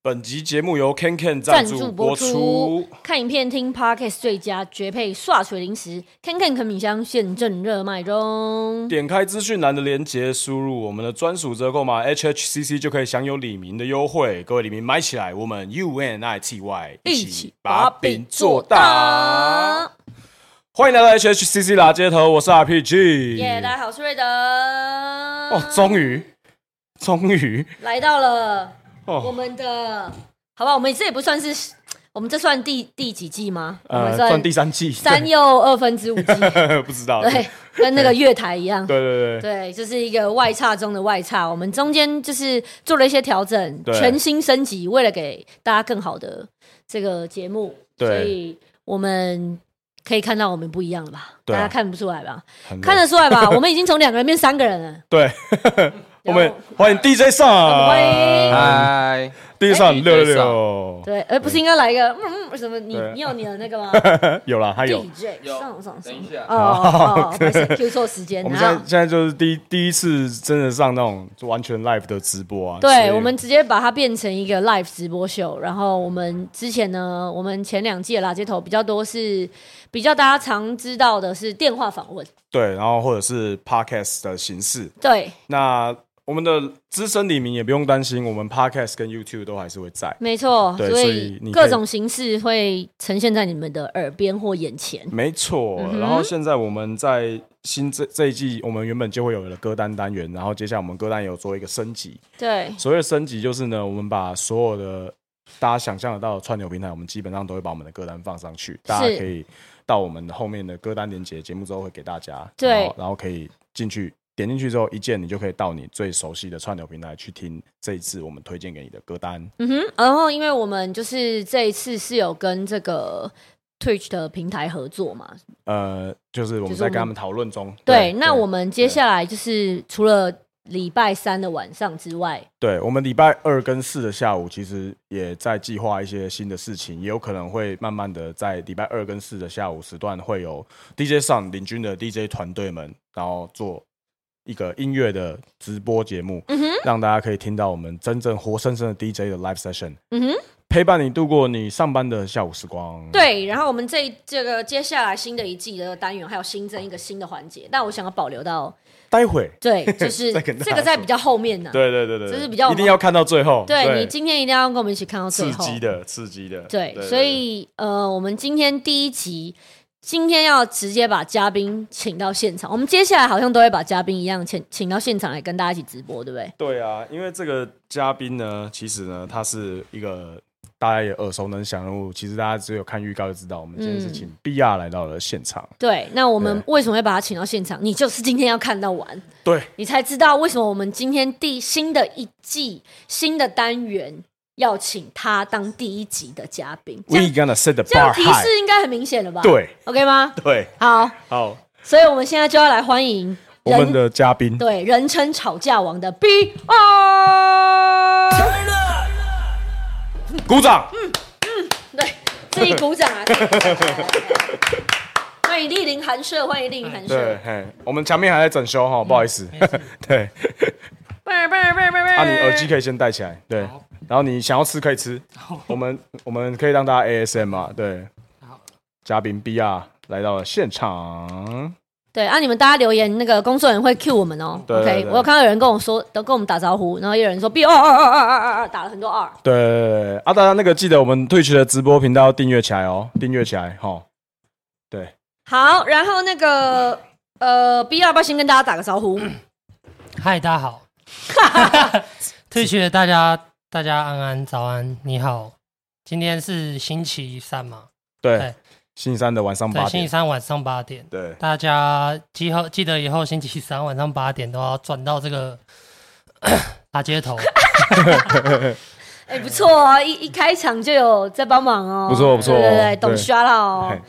本集节目由 Ken Ken 赞助助播播出出。，看影片听 Podcast 最佳绝配刷水零食，Can Can 肯饼香现正热卖中。点开资讯栏的链接，输入我们的专属折扣码 HHCC 就可以享有李明的优惠。各位李明买起来，我们 UNITY 一起把把饼饼做做大。大！欢迎来到 HHCC 拉街头，我是 RPG。耶，大家好，我是瑞德。哦，哦终于，终于来到了我哦，们的，好吧，我们这也不算是，我们这算第第几季吗？我呃，们算第三季， 三又二分之五季，对不知道，对对，跟那个月台一样。对 对对，对，就是一个外差中的外差，我们中间就是做了一些调整，对全新升级，为了给大家更好的这个节目，对所以我们可以看到我们不一样了吧？对啊大家看不出来吧？很看得出来 吧？我们已经从两个人变三个人了。 对，我然后们欢迎 DJ 上，欢嗯迎嗨， ，DJ 上哎六六六，对，呃，不是应该来一个嗯嗯什么？你对你有你的那个吗有啦，他 有。 ？DJ 有上上上等一下 哦哦哦，不是 Q 错时间我们现在啊！现在就是第一第一次真的上那种完全 live 的直播啊，所以对，我们直接把它变成一个 live 直播秀。然后我们之前呢，我们前两季的垃圾头比较多是比较大家常知道的是电话访问，对，然后或者是 podcast 的形式，对，那我们的资深李明也不用担心，我们 podcast 跟 YouTube 都还是会在，没错，对所所以你可以各种形式会呈现在你们的耳边或眼前。没错。嗯哼然后现在我们在新这这一季，我们原本就会有的歌单单元，然后接下来我们歌单也有做一个升级。对，所谓的升级就是呢，我们把所有的大家想象得到的串流平台，我们基本上都会把我们的歌单放上去，大家可以到我们后面的歌单连接节目之后会给大家，对然后然后可以进去点进去之后，一键你就可以到你最熟悉的串流平台去听这一次我们推荐给你的歌单。嗯哼，然后因为我们就是这一次是有跟这个 Twitch 的平台合作嘛，呃，就是我们就是在我们跟他们讨论中，对，那我们接下来就是除了礼拜三的晚上之外，对我们礼拜二跟四的下午，其实也在计划一些新的事情，也有可能会慢慢的在礼拜二跟四的下午时段，会有 DJ 上领军的 DJ 团队们，然后做一个音乐的直播节目，嗯哼，让大家可以听到我们真正活生生的 DJ 的 live session，嗯哼，陪伴你度过你上班的下午时光。，对。然后我们这一这个接下来新的一季的单元还有新增一个新的环节，但我想要保留到待会， 对，就是再跟大家这个在比较后面呢、对对对对，这是比较一定要看到最后，对你今天一定要跟我们一起看到最刺后，激的，刺激的，对，所以呃，我们今天第一集，今天要直接把嘉宾请到现场。我们接下来好像都会把嘉宾一样请请到现场来跟大家一起直播，对不对？对啊，因为这个嘉宾呢，其实呢，他是一个大家也耳熟能详的人物。其实大家只有看预告就知道，我们今天是嗯请 BR 来到了现场。对，那我们为什么会把他请到现场？你就是今天要看到完，对，你才知道为什么我们今天第新的一季新的单元要请他当第一集的嘉宾。这 We 样 gonna set the 这样 bar 提 high。示应该很明显了吧？对，OK 吗？对，好，好，所以我们现在就要来欢迎我们人的嘉宾，对，人称吵架王的 B R，鼓掌！嗯对，自己鼓掌啊！自己鼓掌 来来来欢迎莅临寒舍，欢迎莅临寒对舍。，嘿，我们墙面还在整修嗯哈，不好意思。 对，叭叭叭叭叭啊，你耳机可以先戴起来，对。然后你想要吃可以吃，我们我们可以让大家 ASM 嘛，对。嘉宾 BR 来到了现场，对啊，你们大家留言，那个工作人员会 Q 我们哦。对对 OK，对我有看到有人跟我说，都跟我们打招呼，然后有人说 B 二二二二二二二，打了很多二。对啊，大家那个记得我们 Twitch 的直播频道要订阅起来哦，订阅起来哈、齁对，好，然后那个呃，B 二要不要先跟大家打个招呼？嗨，大家好！退学的大家，大家安安早安，你好。今天是星期三嘛？对对，星期三的晚上对八，星期点，三晚上八点，对大家记后记得以后星期三晚上八点都要转到这个 大街头。哎，不错哦，一一开场就有在帮忙哦，不错不错对对对对，懂刷了哦嘿。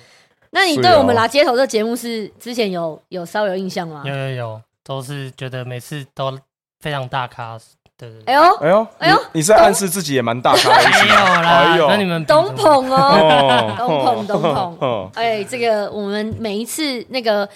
那你是对我们哦拉街头这节目是之前有有稍微有印象吗？有有有，都是觉得每次都非常大咖。对哎对对，呦，哎呦，哎呦你你是在暗示自己也蛮大咖的意思没有吗，啦，那你们比懂什么捧哦，哦懂捧懂捧。 哦，哎，这个我们每一次那个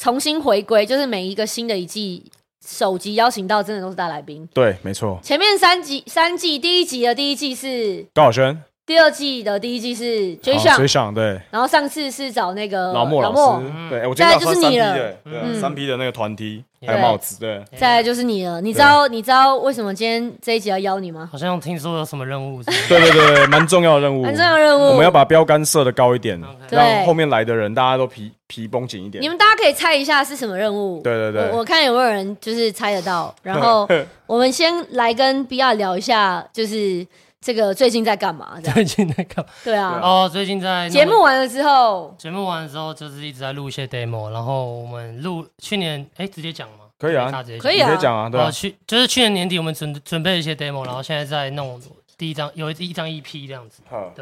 重新回归，就是每一个新的一季首集邀请到真的都是大来宾。对，没错，前面三集三季，第一集的第一季是，高晓轩，第二季的第一季是追好想水，想对。然后上次是找那个老莫呃老老莫，师，嗯对，我今天再来就是三 P 你了的，对啊，嗯三 P 的那个团体，还有对帽子，对，再来就是你了。你知道你知道为什么今天这一集要邀你吗？好像听说有什么任务是不是对对对对，蛮重要的任务，很重要的任务，哦我们要把标杆设的高一点，对让后面来的人大家都皮皮绷紧一点。你们大家可以猜一下是什么任务？对对对我我看有没有人就是猜得 到。然后我们先来跟 B R 聊一下，就是这个最近在干嘛？这样最近那个对啊，哦，最近在弄节目完了之后，节目完的时候，就是一直在录一些 demo，然后我们录去年哎，直接讲吗？可以啊大家直接讲可以你啊可以讲啊，对哦，啊，去就是去年年底我们准准备了一些 demo，然后现在在弄第一张有一张 EP 这样子，好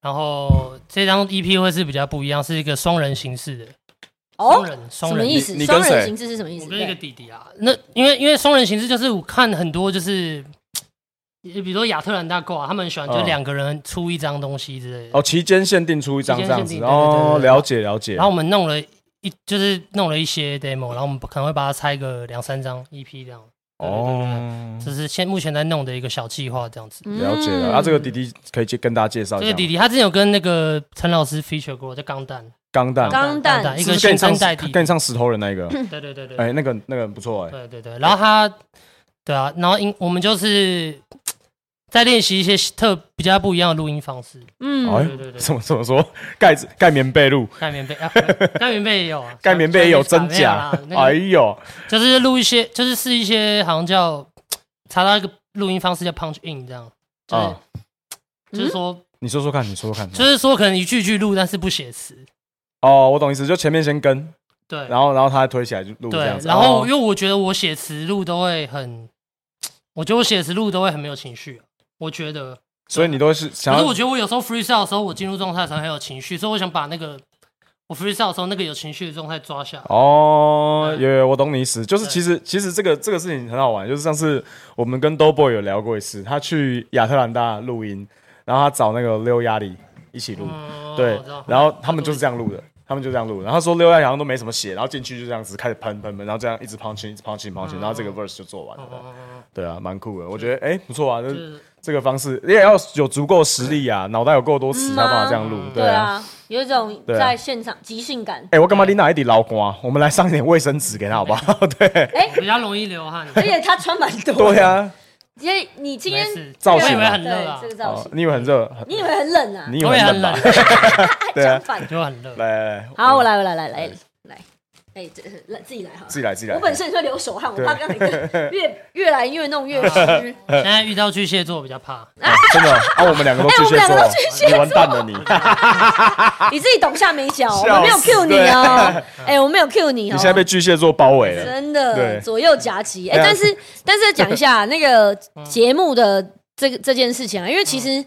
然后这张 EP 会是比较不一样，是一个双人形式的，双哦，人什双么人意思？你你跟双人谁形式是什么意思？我跟一个对弟弟啊，那因为因为双人形式就是我看很多就是，比如说亚特兰大挂，他们很喜欢就嗯两个人出一张东西之类的。哦，期间限定出一张期这间样限子定，对对哦，对对对了解了解然。后我们弄了一就是弄了一些 demo，然后我们可能会把它拆个两三张 EP 这样。对对对对哦，这是现目前在弄的一个小计划这样子。嗯了解了。啊，这个弟弟可以介跟大家介绍这一个下弟吗，弟他之前有跟那个陈老师 feature 过，叫钢蛋，钢蛋，钢蛋蛋一是个不是跟你新唱生代弟跟弟你。唱石头人那一个，对对对对，哎，那个那个很不错哎，对对对，然后他，对啊，然后因我们就是在练习一些特比较不一样的录音方式。哎嗯，对对对怎么怎么说？盖子盖棉被录，盖棉被啊，盖棉被也有啊， 盖棉被也有真穿没有假啦，那，个哎呦，就是录一些，就是是一些好像叫查到一个录音方式叫 punch in 这样，就是、啊嗯就是说，你说说看，你说说看。就是说可能一句一句录，但是不写词，哦，我懂意思，就前面先跟，对，然后然后他推起来就录这对样，子。然后因哦为我觉得我写词录都会很，我觉得我写词录都会很没有情绪啊、我觉得，所以你都是想可是要我觉得我有时候 freestyle 的时候，我进入状态才会有情绪，所以我想把那个我 freestyle 的时候那个有情绪的状态抓下来。哦，嗯有有，我懂你意思，就是对其实其实这个这个事情很好玩，就是上次我们跟 Doughboy 有聊过一次，他去亚特兰大录音，然后他找那个溜压力一起录，嗯，对我知道，然后他们就是这样录的，他们就这样录，然后他说溜压力好像都没什么写，然后进去就这样子开始喷喷喷，然后这样一直 punching 一直 punching punching，嗯然后这个 verse 就做完嗯嗯了，嗯嗯对啊，蛮酷的，我觉得哎不错啊，就嗯就是是这个方式也要有足够实力啊，脑袋有够多词嗯才有办啊法这样录，嗯对对啊。啊，有一种对啊在现场即兴感，哎、我干嘛你哪一滴老瓜？我们来上一点卫生纸给他好不好？ 对比较容易 流汗。而且他穿蛮 多对的。啊，因为你今天没事造我型以为啊很热对啊这，个造哦型，你以为很热，很你以为很冷啊？你以我为也很很冷冷吧？，对啊相，反，就很热。来来来，好，我来，我来，来来来，哎，这来自己来好了自。己来自己来。我本身就流手汗，我怕刚才 越越来越弄越湿。现在遇到巨蟹座比较怕，啊真的啊，我们两个都 哎巨我蟹们两个座都巨蟹，你完蛋了你。你自己懂下没脚，我啊笑们没有死 Q 你哦。哎，我没有 Q 你哦。你现在被巨蟹座包围 了，真对的左右夹击。哎，对啊但是但是讲一下那个节目的这个这件事情啊，因为其实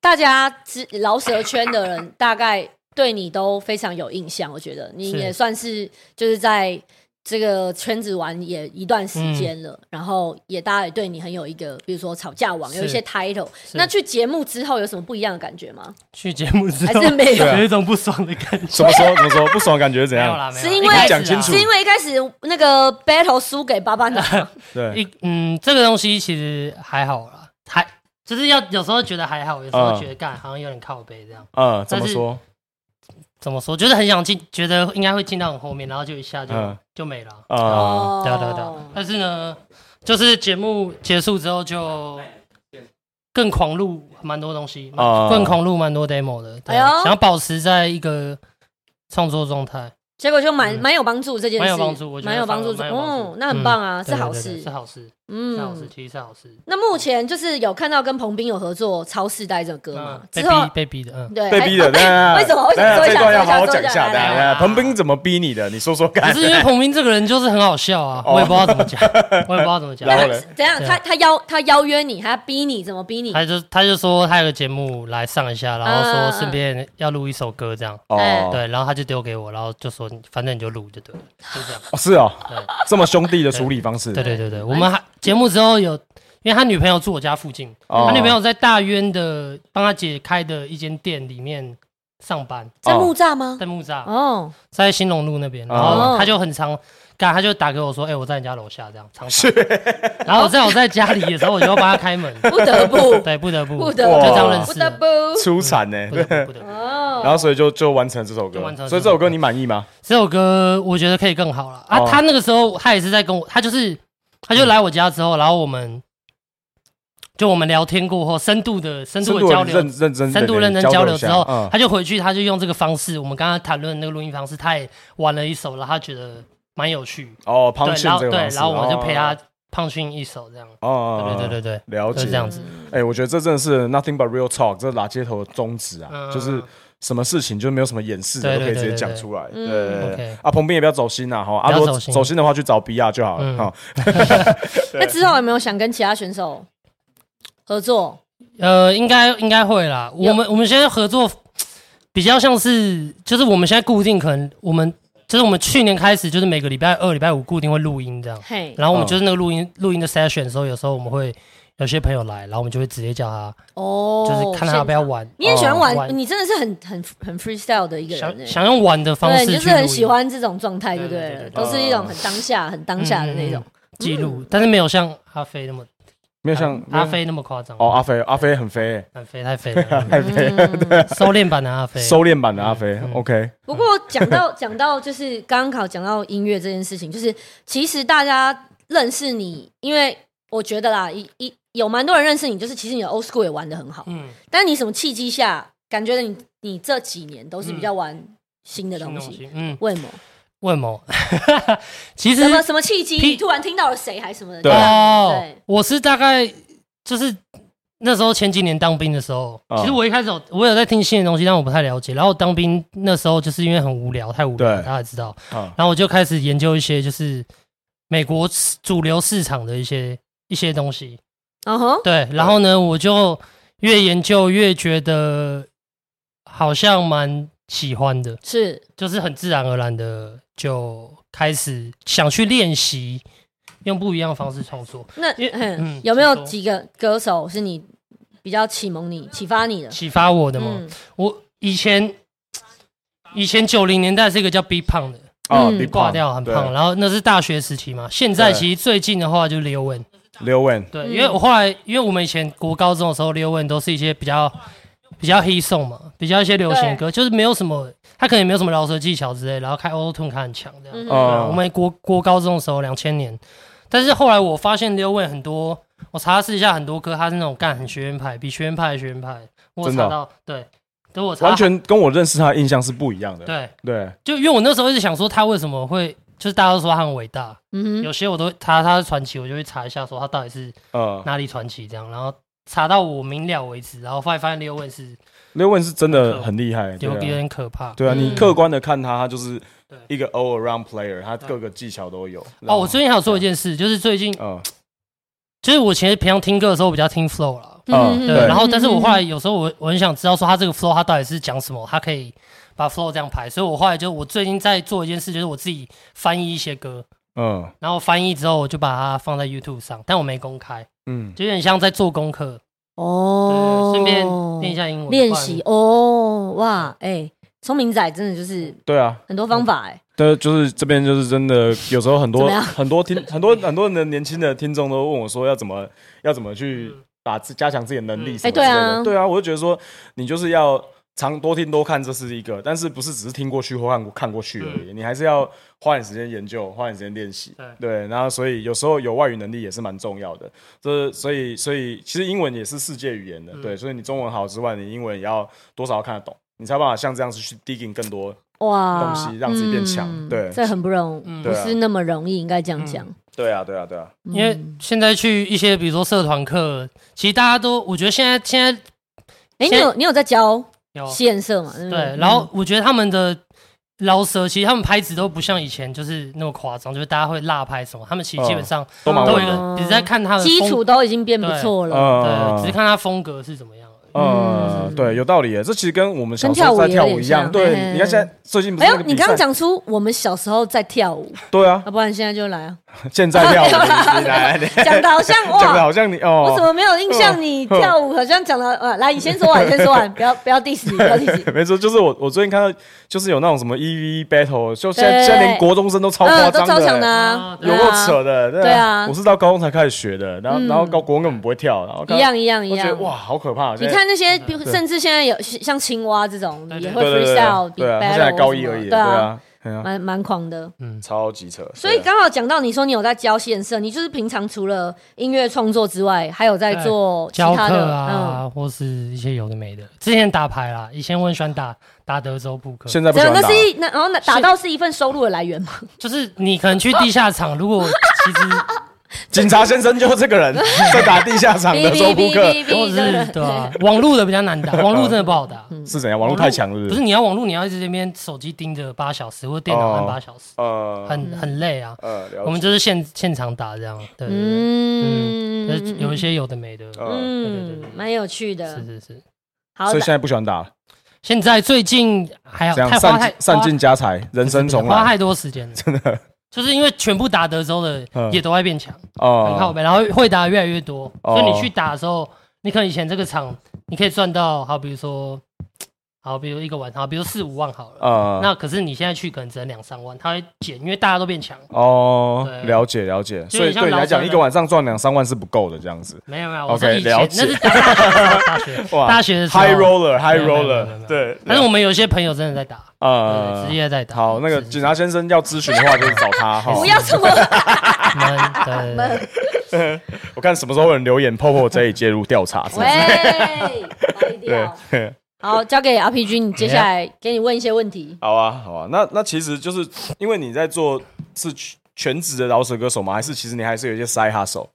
大家知饶舌圈的人大概对你都非常有印象，我觉得你是也算是就是在。这个圈子玩也一段时间了，然后也大家也对你很有一个，比如说吵架王，是有一些 title。是那去节目之后有什么不一样的感觉吗？去节目之还后是没有？对啊 有一种不爽的感觉。怎么说怎么说不爽的感觉是怎没有样？啦，没有啦。是因为一开始啊讲清楚是因为一开始那个 battle 输给巴巴男吗，对，一嗯，这个东西其实还好啦，还就是要有时候觉得还好，有时候嗯觉得干好像有点靠背这样。嗯，怎但么是说？怎么说？就是很想进，觉得应该会进到很后面，然后就一下就、嗯就没了。啊，哦对啊对啊对啊。但是呢，就是节目结束之后就更狂录蛮多东西，哦更狂录蛮多 demo 的。对啊哎呦想要保持在一个创作状态，结果就蛮嗯蛮有帮助这件事，蛮有帮助我觉得蛮有帮助。蛮有帮助嗯哦，那很棒啊，对是好对对事是。好事，是好事，嗯，其实是好事。那目前就是有看到跟彭斌有合作《超世代》这首歌嘛嗯，，被之后逼被逼的， 嗯。对被还逼的。啊那 为什么为什么说一这下段要说一下好好说一讲一下，下哎等来下来等来下，彭斌怎么逼你的？你说说看可。是因 为彭明这个人就是很好笑啊，哦我也不知道怎 么讲，我也不知道怎么讲。然后呢？怎样？对啊他他邀他邀约你，他逼你怎么逼你？嗯他就他就说他有个节目来上一下，然后说顺便要录一首歌这样，哦，哎对，然后他就丢给我，然后就说你反正你就录就对了，就这样。哦是哦，对这么兄弟的处理方式。对对对对，我们哎还节目之后有，因为他女朋友住我家附近，哦他女朋友在大渊的帮他姐开的一间店里面上班，在木栅吗？在木栅，哦，在兴隆路那边，哦然后他就很常。干，他就打给我说，哎、我在你家楼下这样，常常。然后在我在家里的时候，我就要帮他开门，不得不 对，不得不，不得就这样哇认不，不识得的，不，出产呢、不得不，不得不。哦，然后所以就就完成了这首歌就完成，了所以这这首首歌歌你满意吗？这首歌我觉得可以更好了啊！哦他那个时候他也是在跟我，他就是他就来我家之后，然后我们就我们聊天过后，深度的深度的交流认，认真深度认真交流之后，嗯他就回去，他就用这个方式，我们刚刚谈论的那个录音方式，他也玩了一首，然后他觉得蛮有趣，哦，对胖，庆然后这个，对方式然后我们就陪他胖训一首这样，哦哦，对哦对对对了对，就解是这样子，哎、我觉得这真的是 nothing but real talk，这是拉街头的宗旨啊，嗯就是什么事情就是没有什么掩饰的，对都可以对直接对讲对出来。对嗯对对 OK 啊，彭斌也不要走心啊，哈，啊，不要如果走心走心的话去找 B R 就好了。嗯哈、那之后有没有想跟其他选手合作？呃，应该应该会啦。有我们我们现在合作比较像是，就是我们现在固定可能我们就是我们去年开始就是每个礼拜二、礼拜五固定会录音这样，嘿，然后我们嗯就是那个录音录音的 session 的时候，有时候我们会有些朋友来，然后我们就会直接叫他，哦，就是看他要不要玩，你很喜欢玩，哦玩你真的是很很很 freestyle 的一个人、想欸。想用玩的方对，式你去就是录很音喜欢这种状态，就对对对了，对对都是一种很当下、很当下的那种嗯。记录，但是没有像阿飞那么没有像阿飞那么夸张哦，阿飞，阿飞很飞、欸，阿飞太肥了，嗯太飞，收敛版的阿飞，收敛版的阿飞。嗯 OK，嗯不过讲到讲到就是刚刚好讲到音乐这件事情，就是其实大家认识你，因为我觉得啦，一一有蛮多人认识你，就是其实你的 old school 也玩的很好，嗯，但你什么契机下感觉你你这几年都是比较玩新的新东东西？西，嗯，为什么？为毛？ 其实什么什么契机？屁你突然听到了谁还是什么的？对哦对，，我是大概就是那时候前几年当兵的时候，嗯其实我一开始有我有在听新的东西，但我不太了解。然后当兵那时候就是因为很无聊，太无聊，对大家也知道。啊、然后我就开始研究一些就是美国市主流市场的一些一些东西。嗯哼，对，然后呢，我就越研究越觉得好像蛮喜欢的，是就是很自然而然的就开始想去练习，用不一样的方式创作。那因为嗯嗯有没有请说几个歌手是你比较启蒙你、启发你的？启发我的吗？嗯，我以前以前九零年代是一个叫 B 胖的，哦嗯，Big 挂 Pun，掉很对胖，然后那是大学时期嘛。现在对其实最近的话就是刘文，刘文，对，嗯因为我后来因为我们以前国高中的时候，刘文都是一些比较比较黑送嘛，比较一些流行歌，就是没有什么，他可能也没有什么饶舌技巧之类，然后开 Auto Tune 开很强这样。嗯对啊哦、我们国国高中的时候，两千年，但是后来我发现六位很多，我查试一下很多歌，他是那种干很学院派，比学院派还学院派，我有真的哦查到，对，等我查完全跟我认识他的印象是不一样的。对，对，就因为我那时候一直想说他为什么会，就是大家都说他很伟大，嗯哼，有些我都查他的传奇，我就会查一下说他到底是呃，哪里传奇这样，然后查到我明了为止，然后发现发现六位是刘文是真的很厉害，对有有啊点可怕，对啊，你嗯客观的看他，他就是对一个 all around player，他各个技巧都有。哦，我最近还有做一件事，就是最近嗯就是我其实平常听歌的时候我比较听 flow 啦，嗯嗯对，对然后但是我后来有时候我我很想知道说他这个 flow 他到底是讲什么，他可以把 flow 这样排，所以我后来就我最近在做一件事，就是我自己翻译一些歌，嗯然后翻译之后我就把它放在 YouTube 上，但我没公开，嗯，就有点像在做功课，哦，对，顺便练一下英文，练习哦，哇，哎，聪明仔真的就是对啊，很多方法哎，对，就是这边就是真的，有时候很怎多么样很多听很多很多人的年轻的听众都问我说要怎么要怎么去把自加强自己的能力嗯什么之哎类对啊的。对啊，我就觉得说你就是要常多听多看，这是一个，但是不是只是听过去或看过看过去而嗯已，你还是要花点时间研究，花点时间练习。对对，然后所以有时候有外语能力也是蛮重要的。这所以所以其实英文也是世界语言的，嗯对，所以你中文好之外，你英文也要多少要看得懂，你才有办法像这样子去 digging 更多。哇，东西让自己变强嗯对这很不容，嗯不对啊是那么容易，应该这样讲，对啊，对啊，对啊。嗯因为现在去一些比如说社团课，其实大家都我觉得现在现在哎，你现有你有在教有线色嘛？对不嗯对，对，然后我觉得他们的饶舌，其实他们拍子都不像以前就是那么夸张，就是大家会辣拍什么，他们其实基本上都蛮都有稳一的。个，只是在看他的基风础，都已经变不错了，对，只是呃，看他风格是怎么样而已。呃，嗯对，有道理耶。这其实跟我们小跟时候跳舞在也跳有舞一点样。像对，嘿你看现在最近不哎是那呦，个你比刚赛刚？讲出我们小时候在跳舞，对啊要、，不然现在就来啊！现在跳舞的明星 来，来 讲的好像讲的哇，好像你我怎哦，么没有印象？你哦跳舞好像讲的呃，来，你先说完，先说完，不要不要 diss 你，不要 diss 你。没错，就是我我最近看到就是有那种什么一 v 一 battle，就现对在现在连国中生都超夸嗯，都张超的强的欸。哦啊，有够扯的，对对啊我是到高中才开始学的，然后嗯然后高国中根本不会跳，然后对啊，看一样一样一我觉得样。哇，好可怕！你现在看那些，比如甚至现在有像青蛙这种嗯对对也对会对对对 freestyle，比对啊，他 battle 现在高一什么而已，对对啊，啊，对啊，蛮蛮狂的。超级扯。所以对啊刚好讲到你说你有在教线社，你就是平常除了音乐创作之外，还有在对做其教他课的，嗯啊，或是一些有的没的。之前打牌啦，以前我很喜欢打打德州扑克，现在不这喜样欢那打是，一那然后那打到是一份收入的来源嘛？就是你可能去地下场，如果其实 警察先生就是这个人在 打地下场的周扑克 或哔是对啊，网路的比较 难打，网路真的不好打。是怎样？网络太强了是嗯不不是是？你要网路，你要一直这边手机盯着八小时，或者电脑按八小时，呃嗯很很累啊。呃，了我们解就是现现场打这样，对对对嗯就是有一些有的没的，呃，对对嗯对，蛮有趣的是。是是。好所以的现，在不喜欢打，现在最近还好，这样太花散太尽散花尽家财，人生重 花来太多时间了，真的，就是因为全部打德州的嗯也都在变强，很靠哦。北，然后会打的越来越多，哦所以你去打的时候，你可能以前这个场你可以赚到，好比如说，好比如一个晚上，好比如四五万好了，呃，那可是你现在去可能只能两三万，它会减，因为大家都变强，哦，对了解了解，就所有以点像对你来老讲，师一个晚上赚两三万是不够的，这样子。没有没有，我 OK，说以前了那解是大学大 学哇大学的时候 High roller high 没有没有没有没有 roller，对，但是我们有些朋友真的在打，呃对，职业在打，好，那个是警察先生要咨询的话，就是找他哈。不要这么我们对对 对对我看什么时候有人留言泡泡这里介入调查。是不是喂，白掉。对，好，交给 RPG，你接下来给你问一些问题。好啊，好啊。那那其实就是因为你在做是全全职的饶舌歌手吗？还是其实你还是有一些塞哈手，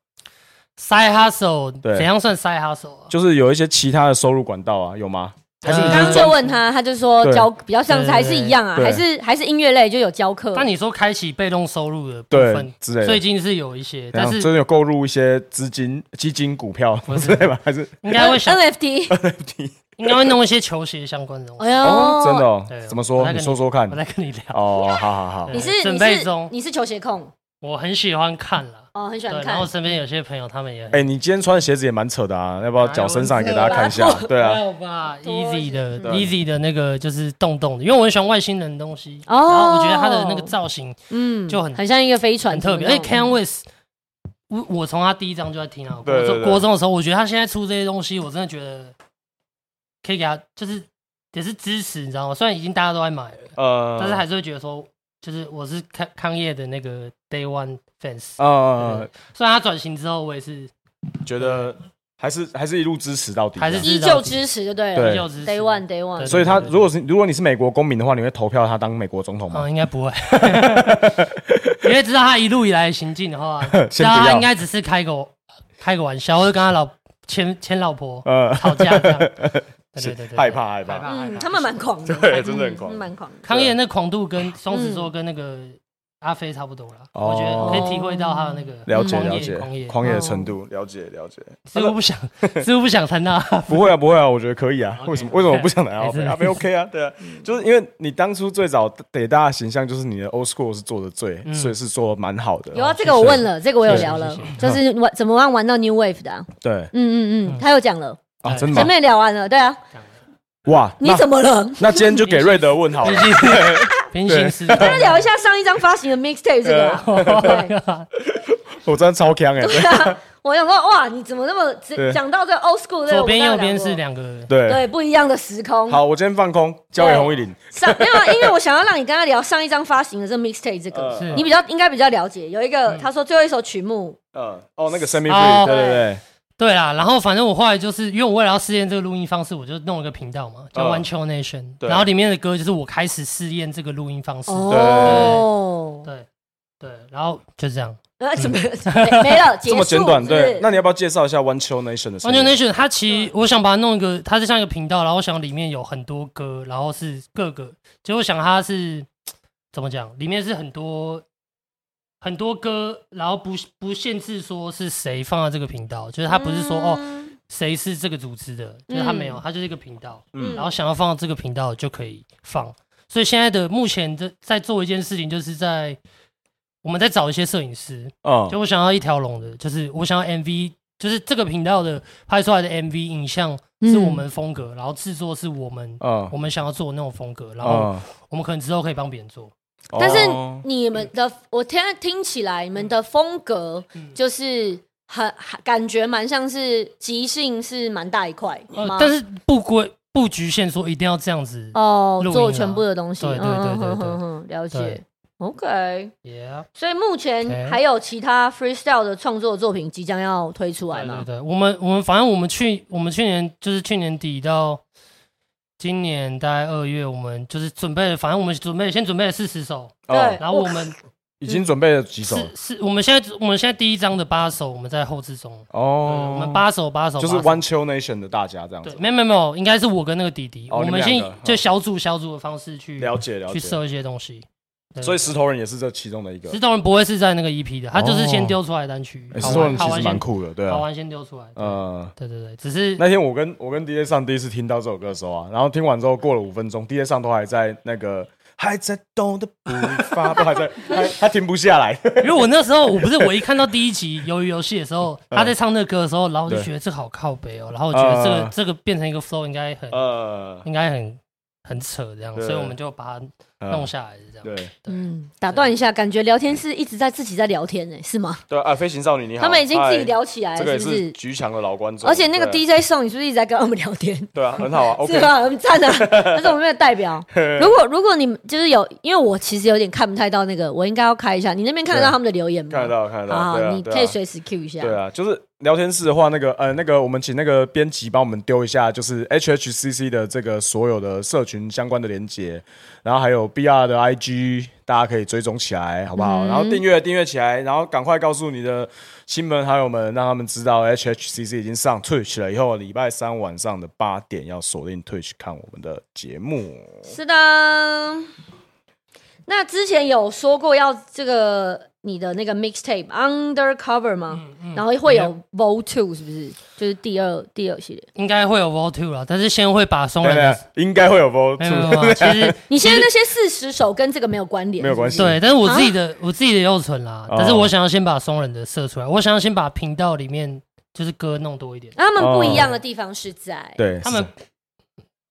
，side hustle 对怎样算 side hustle 啊？就是有一些其他的收入管道啊，有吗？还是你呃就刚是刚就专问他，他就说对教比较像是对还是一样啊，对还是还是音乐类就有教课。但你说开启被动收入的部对啊分，之类的？哎最近是有一些，然但后是真的有购入一些资金、基金、股票不是之类吗？还是应哎该会 想，NFT，应该会弄一些球鞋相关的东西。哎呦，哦，真的哦对？怎么我说？在你跟说说看我。在跟你聊，哦，好好好对你是你准备是中你是球鞋控我很喜欢看了，哦，很喜欢对，然后看。身边有些朋友他们也很哎，你今天穿的鞋子也蛮扯的啊，要不要脚伸上来给大家看一下哪？对还 啊，有吧多，Easy 的对 Easy 的那个就是洞洞的，因为我很喜欢外星人的东西，哦然后我觉得他的那个造型嗯，就很很像一个飞船，很特别，而且 Can West。我我从他第一张就在听啊，对国对中对国中的时候，我觉得他现在出这些东西，我真的觉得可以给他，就是也是支持，你知道吗？虽然已经大家都在买了，呃，但是还是会觉得说，就是我是康康业的那个 Day One fans。呃，虽然他转型之后，我也是觉得还是还是一路支持到底，还是依旧支持就对了。对依旧支持 Day one, day one。对所以他如果是如果你是美国公民的话，你会投票他当美国总统吗？嗯，应该不会， 因为知道他一路以来的行径的话，知先道不他要哦应该只是开个开个玩笑，或者跟他老前前老婆呃，吵架 这样。对是对对对，害怕害害怕，怕，害嗯，怕他们蛮 狂的， 对，真的很狂嗯。蛮狂的。康业那狂度跟双嗯子座跟那个阿飞差不多了，哦我觉得可以体会到他的那个了解嗯狂了野解狂野，，哦狂野的程度，了解了解。似乎 不想似乎不想谈到他不会啊，不会啊，我觉得可以啊。 OK，为什么 OK 为什么我不想来阿没飞？事嗯阿飞 OK 啊，对啊，就是因为你当初最早给大家形象就是你的 old school 是做的最，嗯所以是做得蛮好的。哦有啊，谢这谢个我问了，这个我有聊了谢谢，就是玩怎么样玩到 New Wave 的啊。对嗯嗯嗯，他有讲了，啊，对真的前吗？面聊完了，对啊，哇，你那怎么了？那今天就给瑞德问好平了。行 平行时大家代。聊一下上一张发行的 mixtape 这个啊。嗯对我真的超强哎，对 啊，我想说，哇，你怎么那么对只讲到这个 old school 这个？左边我右刚刚边讲过是两个，对。对不一样的时空。好，我今天放空，交给洪一林。上没有啊，因为我想要让你跟他聊上一张发行的这个 mixtape 这个，是你比较应该比较了解。有一嗯个他说最后一首曲目，呃，哦，那个生命哦 free，对对对，对啦，然后反正我后来就是因为我为了要试验这个录音方式，我就弄了一个频道嘛，叫嗯 One Chill Nation，、对然后里面的歌就是我开始试验这个录音方式，哦，对对，然后就这样。呃，怎么没没了？这结束么简短，是不是对。那你要不要介绍一下 One Chill Nation 的 One 成 Chill 员？ Nation 它其实我想把它弄一个，它是像一个频道，然后我想里面有很多歌，然后是各个，结果想它是怎么讲，里面是很多。很多歌，然后不不限制说是谁放在这个频道，就是它不是说、哦嗯谁是这个组织的，就是它没有，嗯它就是一个频道。嗯然后想要放到这个频道就可以放。所以现在的目前的在做一件事情，就是在我们在找一些摄影师，嗯就我想要一条龙的，就是我想要 MV，就是这个频道的拍出来的 MV 影像是我们风嗯格，然后制作是我们嗯我们想要做的那种风格，然后嗯，我们可能之后可以帮别人做。但是哦你们的，我听听起来，你们的风格就是很很感觉蛮像是即兴，是蛮大一块呃吗？但是不规不局限说一定要这样子。嗯哦录，音啊做全部的东西，对对对嗯对嗯嗯对嗯嗯了解对。 OK， Yeah，所以目前 OK 还有其他 freestyle 的创作作品即将要推出来对对吗？对，我们我们反正我们去我们去年就是去年底到今年大概二月，我们就是准备了，反正我们准备先准备了四十首，哦对然后我们已经准备了几首是是，我们现在我们现在第一张的八首我们在后置中，哦嗯，我们八首八首就是八首 One Chill Nation 的大家这样对子，，没有没有没有，应该是我跟那个弟弟，哦我你们们两先个就嗯小组小组的方式去了解了去解。设一些东西，对所以对石头人也是这其中的一个石。头人不会是在那个 EP 的，他就是哦先丢出来单曲，欸好石头玩人好其玩实先蛮酷的，对好啊，玩先丢出来，对呃。对对对，只是那天我跟我跟 DJ 上第一次听到这首歌的时候啊，然后听完之后过了五分钟，DJ 上都还在那个还在动的步 伐，都还在，还他停不下 来。因为我那时候我不是我一看到第一集《鱿鱼游戏》的时候，他在唱那歌的时候，然后我嗯就对觉得这好靠北哦，然后我觉得这个呃这个变成一个 flow 应该很呃，应该很很扯这样，对所以我们就把它呃弄下来是这样。对嗯，打断一下，感觉聊天是一直在自己在聊天呢，是吗？对啊，飞行少女你好，他们已经自己嗨，聊起来这个了，也是不是是？菊强的老观众，而且那个对啊 DJ 送你是不是一直在跟他们聊天？对啊，很好啊 是，OK，吧？很赞啊！ 但是我没有代表。如果如果你们就是有，因为我其实有点看不太到那个，我应该要开一下。你那边看得到对他们的留言吗？看得。到看得好到，对好，啊，你对啊可以随时 Q 一下。对啊，就是聊天室的话，那个呃，那个我们请那个编辑帮我们丢一下，就是 HHCC 的这个所有的社群相关的连接，然后还有 BR 的 IG，大家可以追踪起来，好不好？嗯然后订阅订阅起来，然后赶快告诉你的亲朋好友们，让他们知道 HHCC 已经上 Twitch 了，以后礼拜三晚上的八点要锁定 Twitch 看我们的节目。是的。那之前有说过要这个你的那个 mixtape undercover 吗？嗯然后会有 Vol Two 是不是？就是第二第二系列。应该会有 Vol Two 了，但是先会把松哦对人对的，应该会有 v o 没有没有，没有其实你现在那些四十首跟这个没有关联，没有关系是不是对，但是我自己的我自己的又存啦哦，但是我想要先把松人的射出来，我想要先把频道里面就是歌弄多一点，他们不一样的地方是在哦对，他们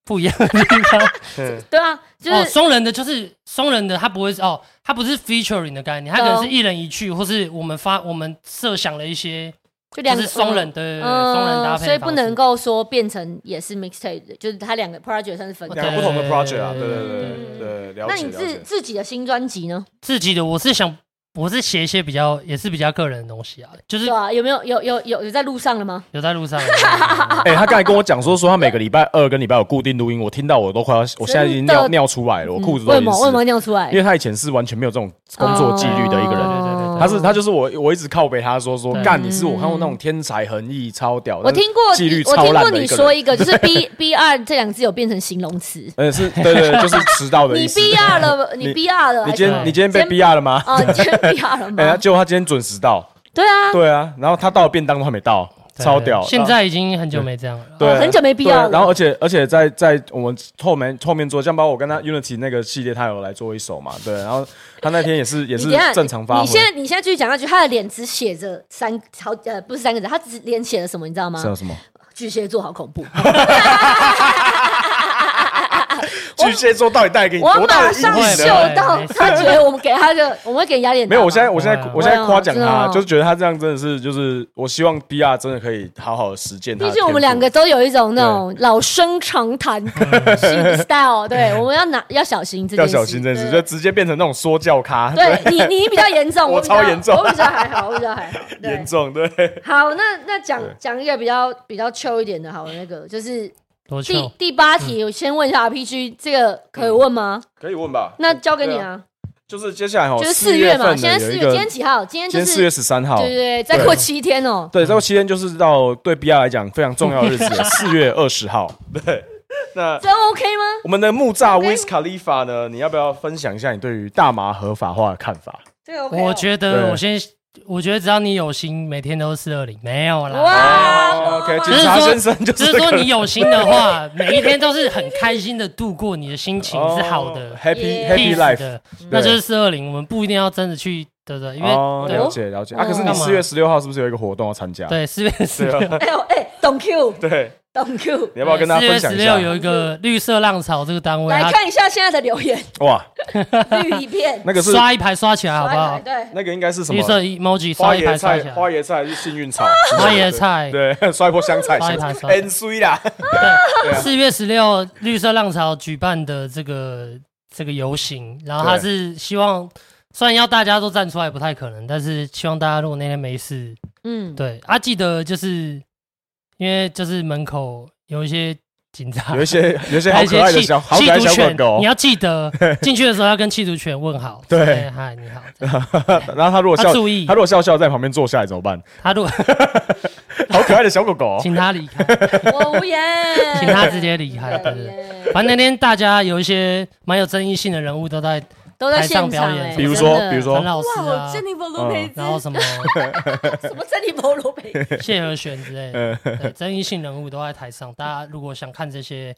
不一样的地方。是对啊，就哦，是双人的就是双人的，它不会是哦，它不是 featuring 的概念，它可能懂是一人一句，或是我们发我们设想了一些，就就两个是双人嗯的嗯双人搭配的方式，所以不能够说变成也是 mixtape，的就是它两个 project 算是分对两开。个不同的 project 啊，对对对嗯对对，了那解你了自解。自己的新专辑呢？自己的。我是想，我是写一些比较也是比较个人的东西啊，就是对啊，有没有有有有有在路上了吗？有在 路上，哎、他刚才跟我讲说，说他每个礼拜二跟礼拜有固定录音，我听到我都快要，我现在已经真尿的嗯尿出来了，我裤子都为已经什么湿为什了么要尿出来因？为他以前是完全没有这种工作纪律的一个人。哦对对对他是他就是我，我一直靠北他说说对干，你是我看过那种天才横溢超屌，嗯我但是听过纪律我超听烂过的你一个说人。一个，就是 B B 二这两个字有变成形容词。嗯，是对对，对就是迟到的意 你思。 B 二了，你你 B 二了， 你今还天是你今天被先 B R 了吗？啊，你今天 B 二了 哎、吗？结果他今天准时到，对啊，对啊，然后他到了便当都还没到，对超屌。现在已经很久没这样了。对，哦很久没必要了对然后而且而且在在我们后面后面做，像包括我跟他 Unity 那个系列，他有来做一首嘛，对。然后他那天也 是也你是等一下正常发挥。你现在你现在继续讲下去，他的脸只写着三好呃不是三个字，他只脸写了什么你知道吗是？有什么？巨蟹座好恐怖。巨蟹座到底带给你我多大马的阴上影嗅呢？到，他觉得我们给他的， 我们会给人家脸。没有，我现在我现在不会啊我现在夸奖不会啊他真，的哦就是觉得他这样真的是就是，我希望 B R 真的可以好好的实践他。毕竟我们两个，都有一种那种老生常 谈新 style，对，我们要拿要小心这要件事，小心这件事，就对直接变成那种说教咖，对你你比较严重， 我比较超严重我比较还好，我比较还 好，对严。重对。好，那那讲对讲一个比较比较 chill 一点的，好了，那个就是多久？第第八题，我先问一嗯下 RPG，这个可以问吗？可以问吧？那交给你对啊，就是接下来嗯哦，就是四四月嘛，份现的在有四一月，个今，天几号？今天今就天四月是十三号，对对对，再对过七天哦。对，这个期间就是到对 B R 来讲非常重要的 日子，四月二十号。对，那真 OK 吗？我们的木栅 OK Wiz Khalifa 呢？你要不要分享一下你对于大麻合法化的看法？这个 OK 哦我觉得对我先，我觉得只要你有心，每天都是四二零，没有啦。哇哦，OK，啊只警是察说先生就只是这是说个你有心的话，每一天都是很开心的度过，你的心情哦是好的、 ，Happy Yeah Happy peace Life，嗯的，那就是四二零。我们不一定要真的去对对，因为、哦，对了解了解啊。哦可是你干嘛四月十六号是不是有一个活动要参加？对四月十对六，啊， 哎呦哎，懂 Q 对，懂 Q，你要不要跟大家四分月十享一六下？有一个绿色浪潮这个单位，来它看一下现在的留 言，哇，绿一片，那个是刷一排刷起来啊好不来好来？对，那个应该是什绿么？色 emoji 花刷一排椰刷起菜，来，花椰菜还是幸运草，花椰菜对，对 刷一波香菜，刷一香排菜刷起来很衰啦。对，啊四月十六绿色浪潮举办的这个这个游行，然后他是希望，虽然要大家都站出来不太可能，但是希望大家如果那天没事，嗯，对啊，记得就是因为就是门口有一些警 察，有一些有一些好还有可一爱些的弃小好弃可爱的毒小狗犬，狗你，要 记得进去的时候要跟弃毒犬问好，对哎嗨你 好，这样然后它如果他笑，注意它如，果笑笑在旁边坐下来怎么 办？他如果好可爱的小狗狗哦，请他 离开，我无言，请他直接离开，对对对。对，反正那天大家有一些蛮有争议性的人物都在 都在台上现表场演哎，比如说真的比如说陈老师哇啊，珍妮佛罗佩兹然，后什 么什么珍妮佛罗佩兹，谢和弦之类的，嗯对，争议性人物都在台上。大家如果想看这些，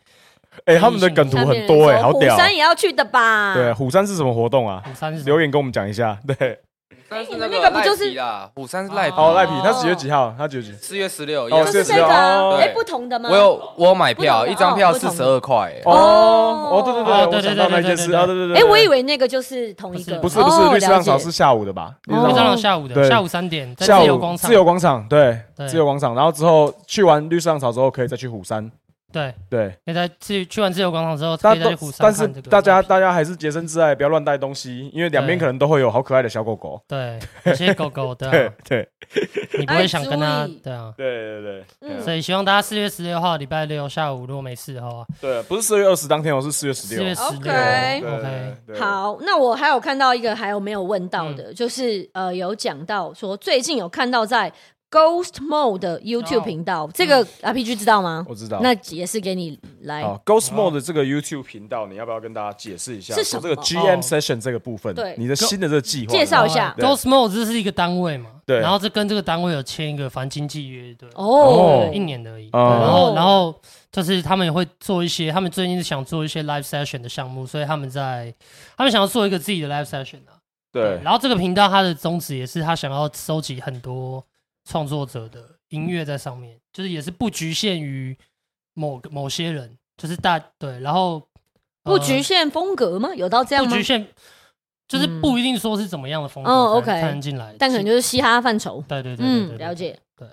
哎，他们的梗图很多哎，好屌虎。山也要去的吧？对，，啊虎山是什么活动啊？五三是什么留言跟我们讲一下。对，但是哎那你们那个不赖就是皮啦，虎山是赖皮，哦，赖皮，他几月几号？他几月几？四月十六，哦也就是这是这个个啊啊，对哎，不同的吗？我有我有买票，不同的一张票哦不四同的十二块，哎哦哦，对哦对对，我对对想到那对对件对事对啊，对对对。哎，我以为为那个就是同一个，不不是不是，哦绿色浪潮了解哦是下午的吧？绿色五浪三潮到下午的哦对下午三点，在下自午由广场，自由广场，对，对自由广场。然后之后去完绿色浪潮之后，可以再去虎山。对，对，可以在去去完自由广场之后，可但以再去都虎山但是看这个。大家大家还是洁身自爱，不要乱带东西，因为两边对可能都会有好可爱的小狗 狗。对有些狗狗对的，啊对你不会想跟哎它注意对啊。对对对嗯所以希望大家四月十六号礼拜六下午，如果没事的话，对，不是四月二十当天哦，我是四月十四六。月十六 OK ，OK，对，好，那我还有看到一个还有没有问到嗯的，就是呃有讲到说最近有看到在 Ghost Mode 的 YouTube 哦频道，这个 RPG 知道吗？我知道。那也是给你来，好，Ghost Mode 的这个 YouTube 频道，你要不要跟大家解释一下？是什么这个 GM 哦 Session 这个部分，对你的新的这个计划呢介绍一下对 Go Small 这是一个单位嘛，对然后这跟这个单位有签一个反经济约，对，哦哦一年而已。哦然后，然后就是他们也会做一些，他们最近是想做一些 live session 的项目，所以他们在他们想要做一个自己的 live session 啊。对然后这个频道它的宗旨也是他想要收集很多创作者的音乐在上面，就是也是不局限于某个某些人，就是大对，然后、呃不局限风格吗？有到这样不吗局？限，就是嗯不一定说是怎么样的风格才能、哦，OK 才能进来，但可能就是嘻哈范畴。对对对对对嗯，对了解。对，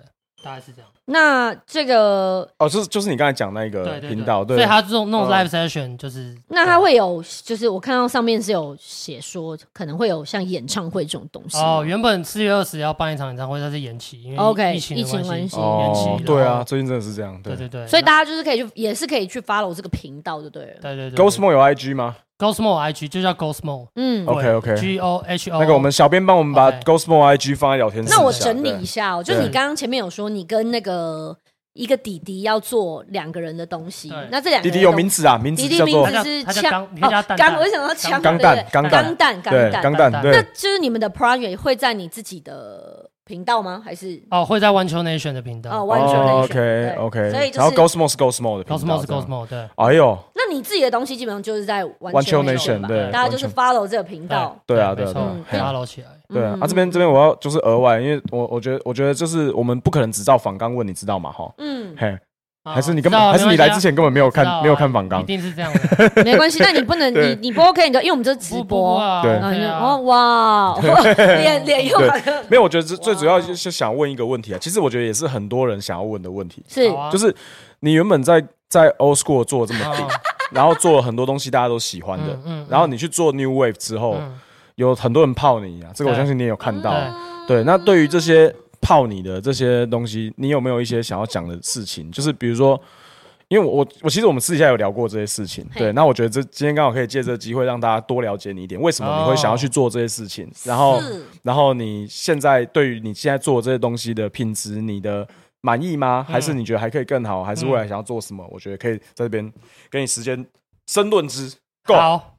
大概是这样。那这个，哦，就是就是你刚才讲那对个对对频道，所对以，他这种那种嗯 live session 就是，那它会有，就是我看到上面是有写说，可能会有像演唱会这种东西哦，吗原本四月二十要办一场演唱会，但是延期，因为 OK，疫情疫情的关关系延期哦了，，对啊，，最近真的是这样，对对对，所以大家就是可以去，也是可以去 follow 这个频道，就对了。对对对 Ghost Mode 有 IG 吗 Go Small IG 就叫 Go Small，嗯哦，OK，OK G O H O 那个我们小编帮我们把哦 OK Ghost Mode IG 放在聊天室一下。那我整理啊对一下哦，就对你刚刚前面有说，你跟那个一个弟弟要做两个人的东西对，那这两个弟人弟有的名字啊，名字弟弟叫做名字是他叫枪哦钢你可以叫他蛋蛋我想到枪钢对蛋不，对钢蛋，钢蛋，对，钢蛋，钢蛋。钢蛋那对，就是你们的 project 会在你自己的频道吗？还是哦会在 One Chill Nation 的频哦道完全哦内，OK 选 OK，所以就然后是 Ghost Mode 是 Ghost Mode 的，Go 频道 Small 这是 Go 样 Small 对，哎呦，那你自己的东西基本上就是在 One One Chill Nation，吧对大家就是 One follow 这个频道。对啊，对没啊，错对啊，嘿，follow 起来，对啊嗯，啊这边这边我要就是额外，因为我我觉得我觉得就是我们不可能只照访纲问，你知道吗？哈，嗯，嘿，啊还是你根知本道还是你没关来系啊之前根本没有知道看啊没有看访纲一，定是这样的，没关系，但你 不能，对你你不 OK，你就因为我们这是 直不播播，啊，对然后你对就啊哦， 哇，脸脸又对好像没有，我觉得最最主要哇就是想问一个问题啊，其实我觉得也是很多人想要问的问题，是好啊就是你原本在在 Old School 做得这么顶哦，然后做了很多东西大家都喜欢的嗯，嗯，然后你去做 New Wave 之后，嗯有很多人泡你啊，这个我对嗯相信你也有看到。对对，那对于这些泡你的这些东西，你有没有一些想要讲的事情？就是比如说，因为我我我其实我们私底下有聊过这些事情，嘿对。那我觉得这今天刚好可以借这个机会让大家多了解你一点，为什哦么你会想要去做这些事情？然后，是然后你现在对于你现在做的这些东西的品质，你的。满意吗？嗯还是你觉得还可以更好？还是未来想要做什么？我觉得可以在这边给你时间深论之。Go，好，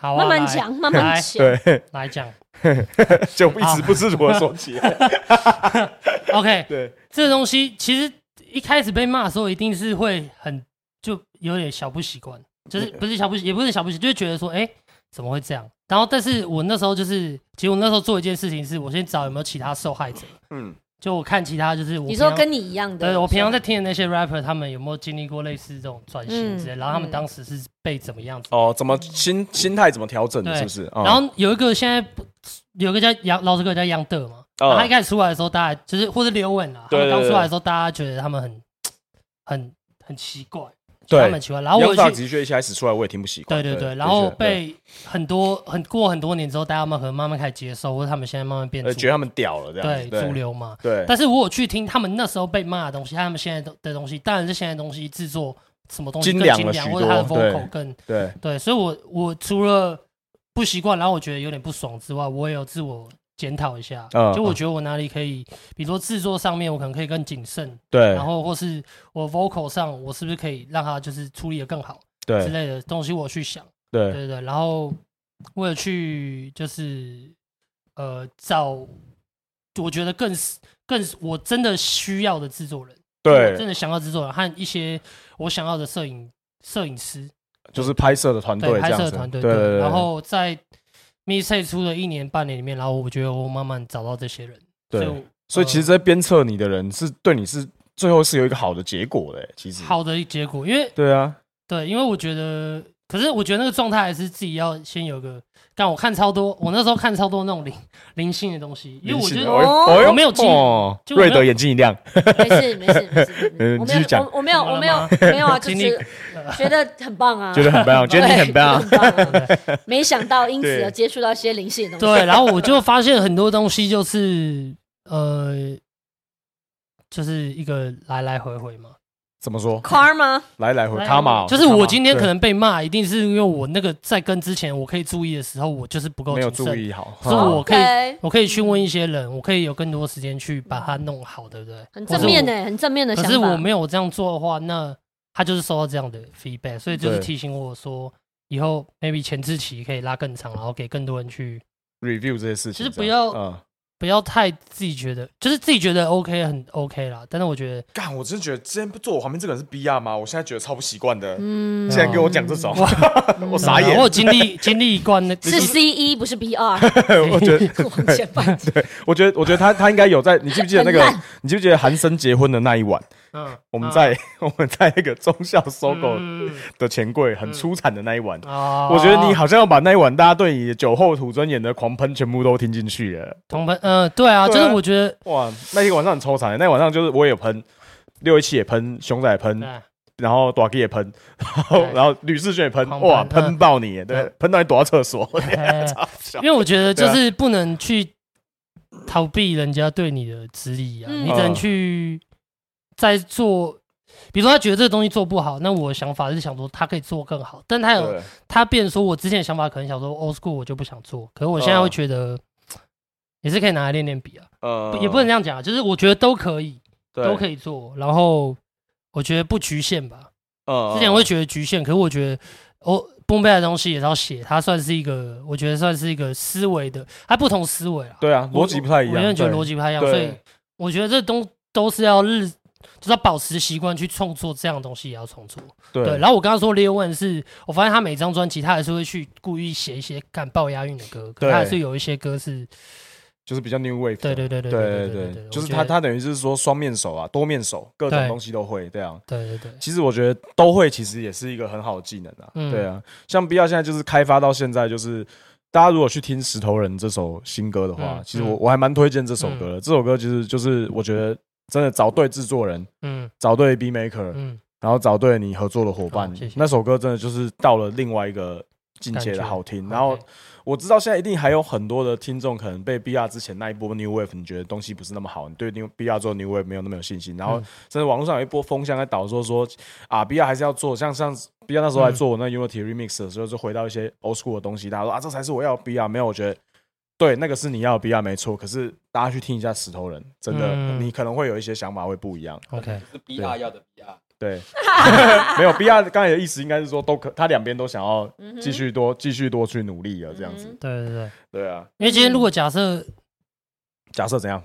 好啊，慢慢来讲，慢慢来讲。对， 来讲就一啊直不知如何说起 来。 ，OK，对，这个东西其实一开始被骂的时候，一定是会很就有点小不习惯，就是不是小不习，也不是小不习，就是觉得说，哎、怎么会这样？然后，但是我那时候就是，其实我那时候做一件事情是，我先找有没有其他受害者，嗯，就我看其他就是我你平说常跟你一样的，对我平常在听的那些 rapper，他们有没有经历过类似这种转型之类，嗯然后他们嗯当时是被怎么样子？哦，怎么心心态怎么调整的？对是不啊是？哦然后有一个现在不有一个叫杨老师哥叫杨德嘛，然后他一嗯，开始出来的时候，大家就是或者刘稳啊，他对们对刚对出来的时候，大家觉得他们很很很奇怪，对他们很奇怪。然后我杨大去，的确一开始出来我也听不习惯。对对对，的然后确对被很多很过很多年之后，大家们可能慢慢开始接受，或者他们现在慢慢变呃主觉得他们屌了这样对子。主对流嘛。对，但是我有去听他们那时候被骂的东西，他们现在的的东西，当然是现在的东西制作什么东西精更良精了良，许或者他的多 vocal 更对对，所以我我除了不习惯，然后我觉得有点不爽之外，我也有自我检讨一下。嗯就我觉得我哪里可以，比如说制作上面我可能可以更谨慎，对然后或是我 vocal 上我是不是可以让它就是处理的更好之对类的东西，我去想。对对对对，然后我有去就是呃找我觉得更更我真的需要的制作人，我真对，的想要制作人和一些我想要的摄影摄影师，就是拍摄的团队对这拍样摄子。团队，对对对，然后在 m i s a 出的一年半年里面，然后我觉得我慢慢找到这些人，对所以我所以呃其实在鞭策你的人是对你是最后是有一个好的结果的欸，其实呃。好的结果，因为对啊，对，因为我觉得，可是我觉得那个状态还是自己要先有个，但我看超多，我那时候看超多那种灵灵性的东西，因为我觉明得星哦我哎呦没有记忆哦就我没有瑞德眼睛一亮，没事没 事没事没事，嗯你我继没有续讲我我没有怎么我了没有吗没 有啊，就经历是觉得很棒啊，觉得很 棒，觉得你很棒。对，觉得很棒啊没想到因此对而接触到一些灵性的东西。 对，然后我就发现很多东西就是呃，就是一个来来回回嘛，怎么说？ karma，来来回来哦他嘛，就是我今天可对能被骂，一定是因为我那个在跟之前我可以注意的时候，我就是不够没有谨注慎。意好，所以我可以 OK 我可以去问一些人，我可以有更多时间去把它弄好，对不对？很正面的、的、很正面的可想法。是我没有这样做的话，那他就是收到这样的 feedback，所以就是对提醒我说，以后 maybe 前置期可以拉更长，然后给更多人去， review 这些事情，其实不这样要嗯，不要太自己觉得，就是自己觉得 OK 很 OK 啦。但是我觉得干，我真的觉得之前坐我旁边这个人是 B R 吗？我现在觉得超不习惯的，嗯，现在给我讲这种， 我傻对啊眼 我，有经历经历一关那是 C 一不是 B E 二，我觉 得，往前半截。我觉得，我觉得他他应该有在，你记不记得那个很烂？你记不记得韩生结婚的那一晚，嗯，我们在 我们在那个中校搜狗嗯的钱柜很出产的那一晚。啊我觉得你好像要把那一晚大家对你酒后吐真言的狂喷全部都听进去了。同朋，嗯、对啊，对就啊是我觉得，哇，那天晚上很抽惨，那天晚上就是我也喷，六一七也喷，熊仔也喷，对然后短 K 也喷，然后对然后吕世轩也喷，狂哇，喷喷爆你耶，对嗯，喷到你躲到厕所， 哎超笑因为我觉得就对啊是不能去逃避人家对你的质疑啊，嗯你只能去在做。比如说，他觉得这个东西做不好，那我的想法是想说他可以做更好，但他有对他变说，我之前的想法可能想说 old school 我就不想做，可是我现在嗯会觉得也是可以拿来练练笔啊，呃不也不能这样讲啊，就是我觉得都可以，都可以。以做，然后我觉得不局限吧，嗯之前我会会觉得局限，可是我觉得哦，崩贝的东西也是要写，它算是一个，我觉得算是一个思维的，它不同思维啊，对啊，逻辑不太一样，我永远觉得对逻辑不太一样，对所以我觉得这东都是要日，就是要保持习惯去创作这样的东西，也要创作。对对，然后我刚刚说 Leo One 是我发现他每张专辑他还是会去故意写一些干爆押韵的歌，可对他还是有一些歌是，就是比较 new wave 对的。对对对对对对，对，就是我觉他得他等于是说双面手啊，多面手，各种对东西都会这样。对对对，其实我觉得都会，其实也是一个很好的技能啊。嗯对啊，像 B 二现在就是开发到现在，就是大家如果去听石头人这首新歌的话，嗯其实嗯我我还蛮推荐这首歌的。这首歌其实就是我觉得真的找对制作人，嗯找对 B maker，、嗯，然后找对你合作的伙伴，好谢谢那首歌真的就是到了另外一个境界感觉的好听。然后 OK 我知道现在一定还有很多的听众可能被 B R 之前那一波 New Wave，你觉得东西不是那么好，你对 New B R 做 New Wave 没有那么有信心。然后嗯甚至网络上有一波风向在导说说啊，B R 还是要做，像像 B R 那时候来嗯做我那 Unity Remix 的时候，就回到一些 Old School 的东西，大家说啊，这才是我要 B R。没有，我觉得。对，那个是你要的 B R 没错，可是大家去听一下石头人，真的，嗯你可能会有一些想法会不一样。 OK，是 B R 要的 B 啊 R。 对，没有 B R 刚才的意思应该是说都可，他两边都想要继续嗯多继续多去努力了，这样子。嗯对对对，对啊，因为今天如果假设假设怎样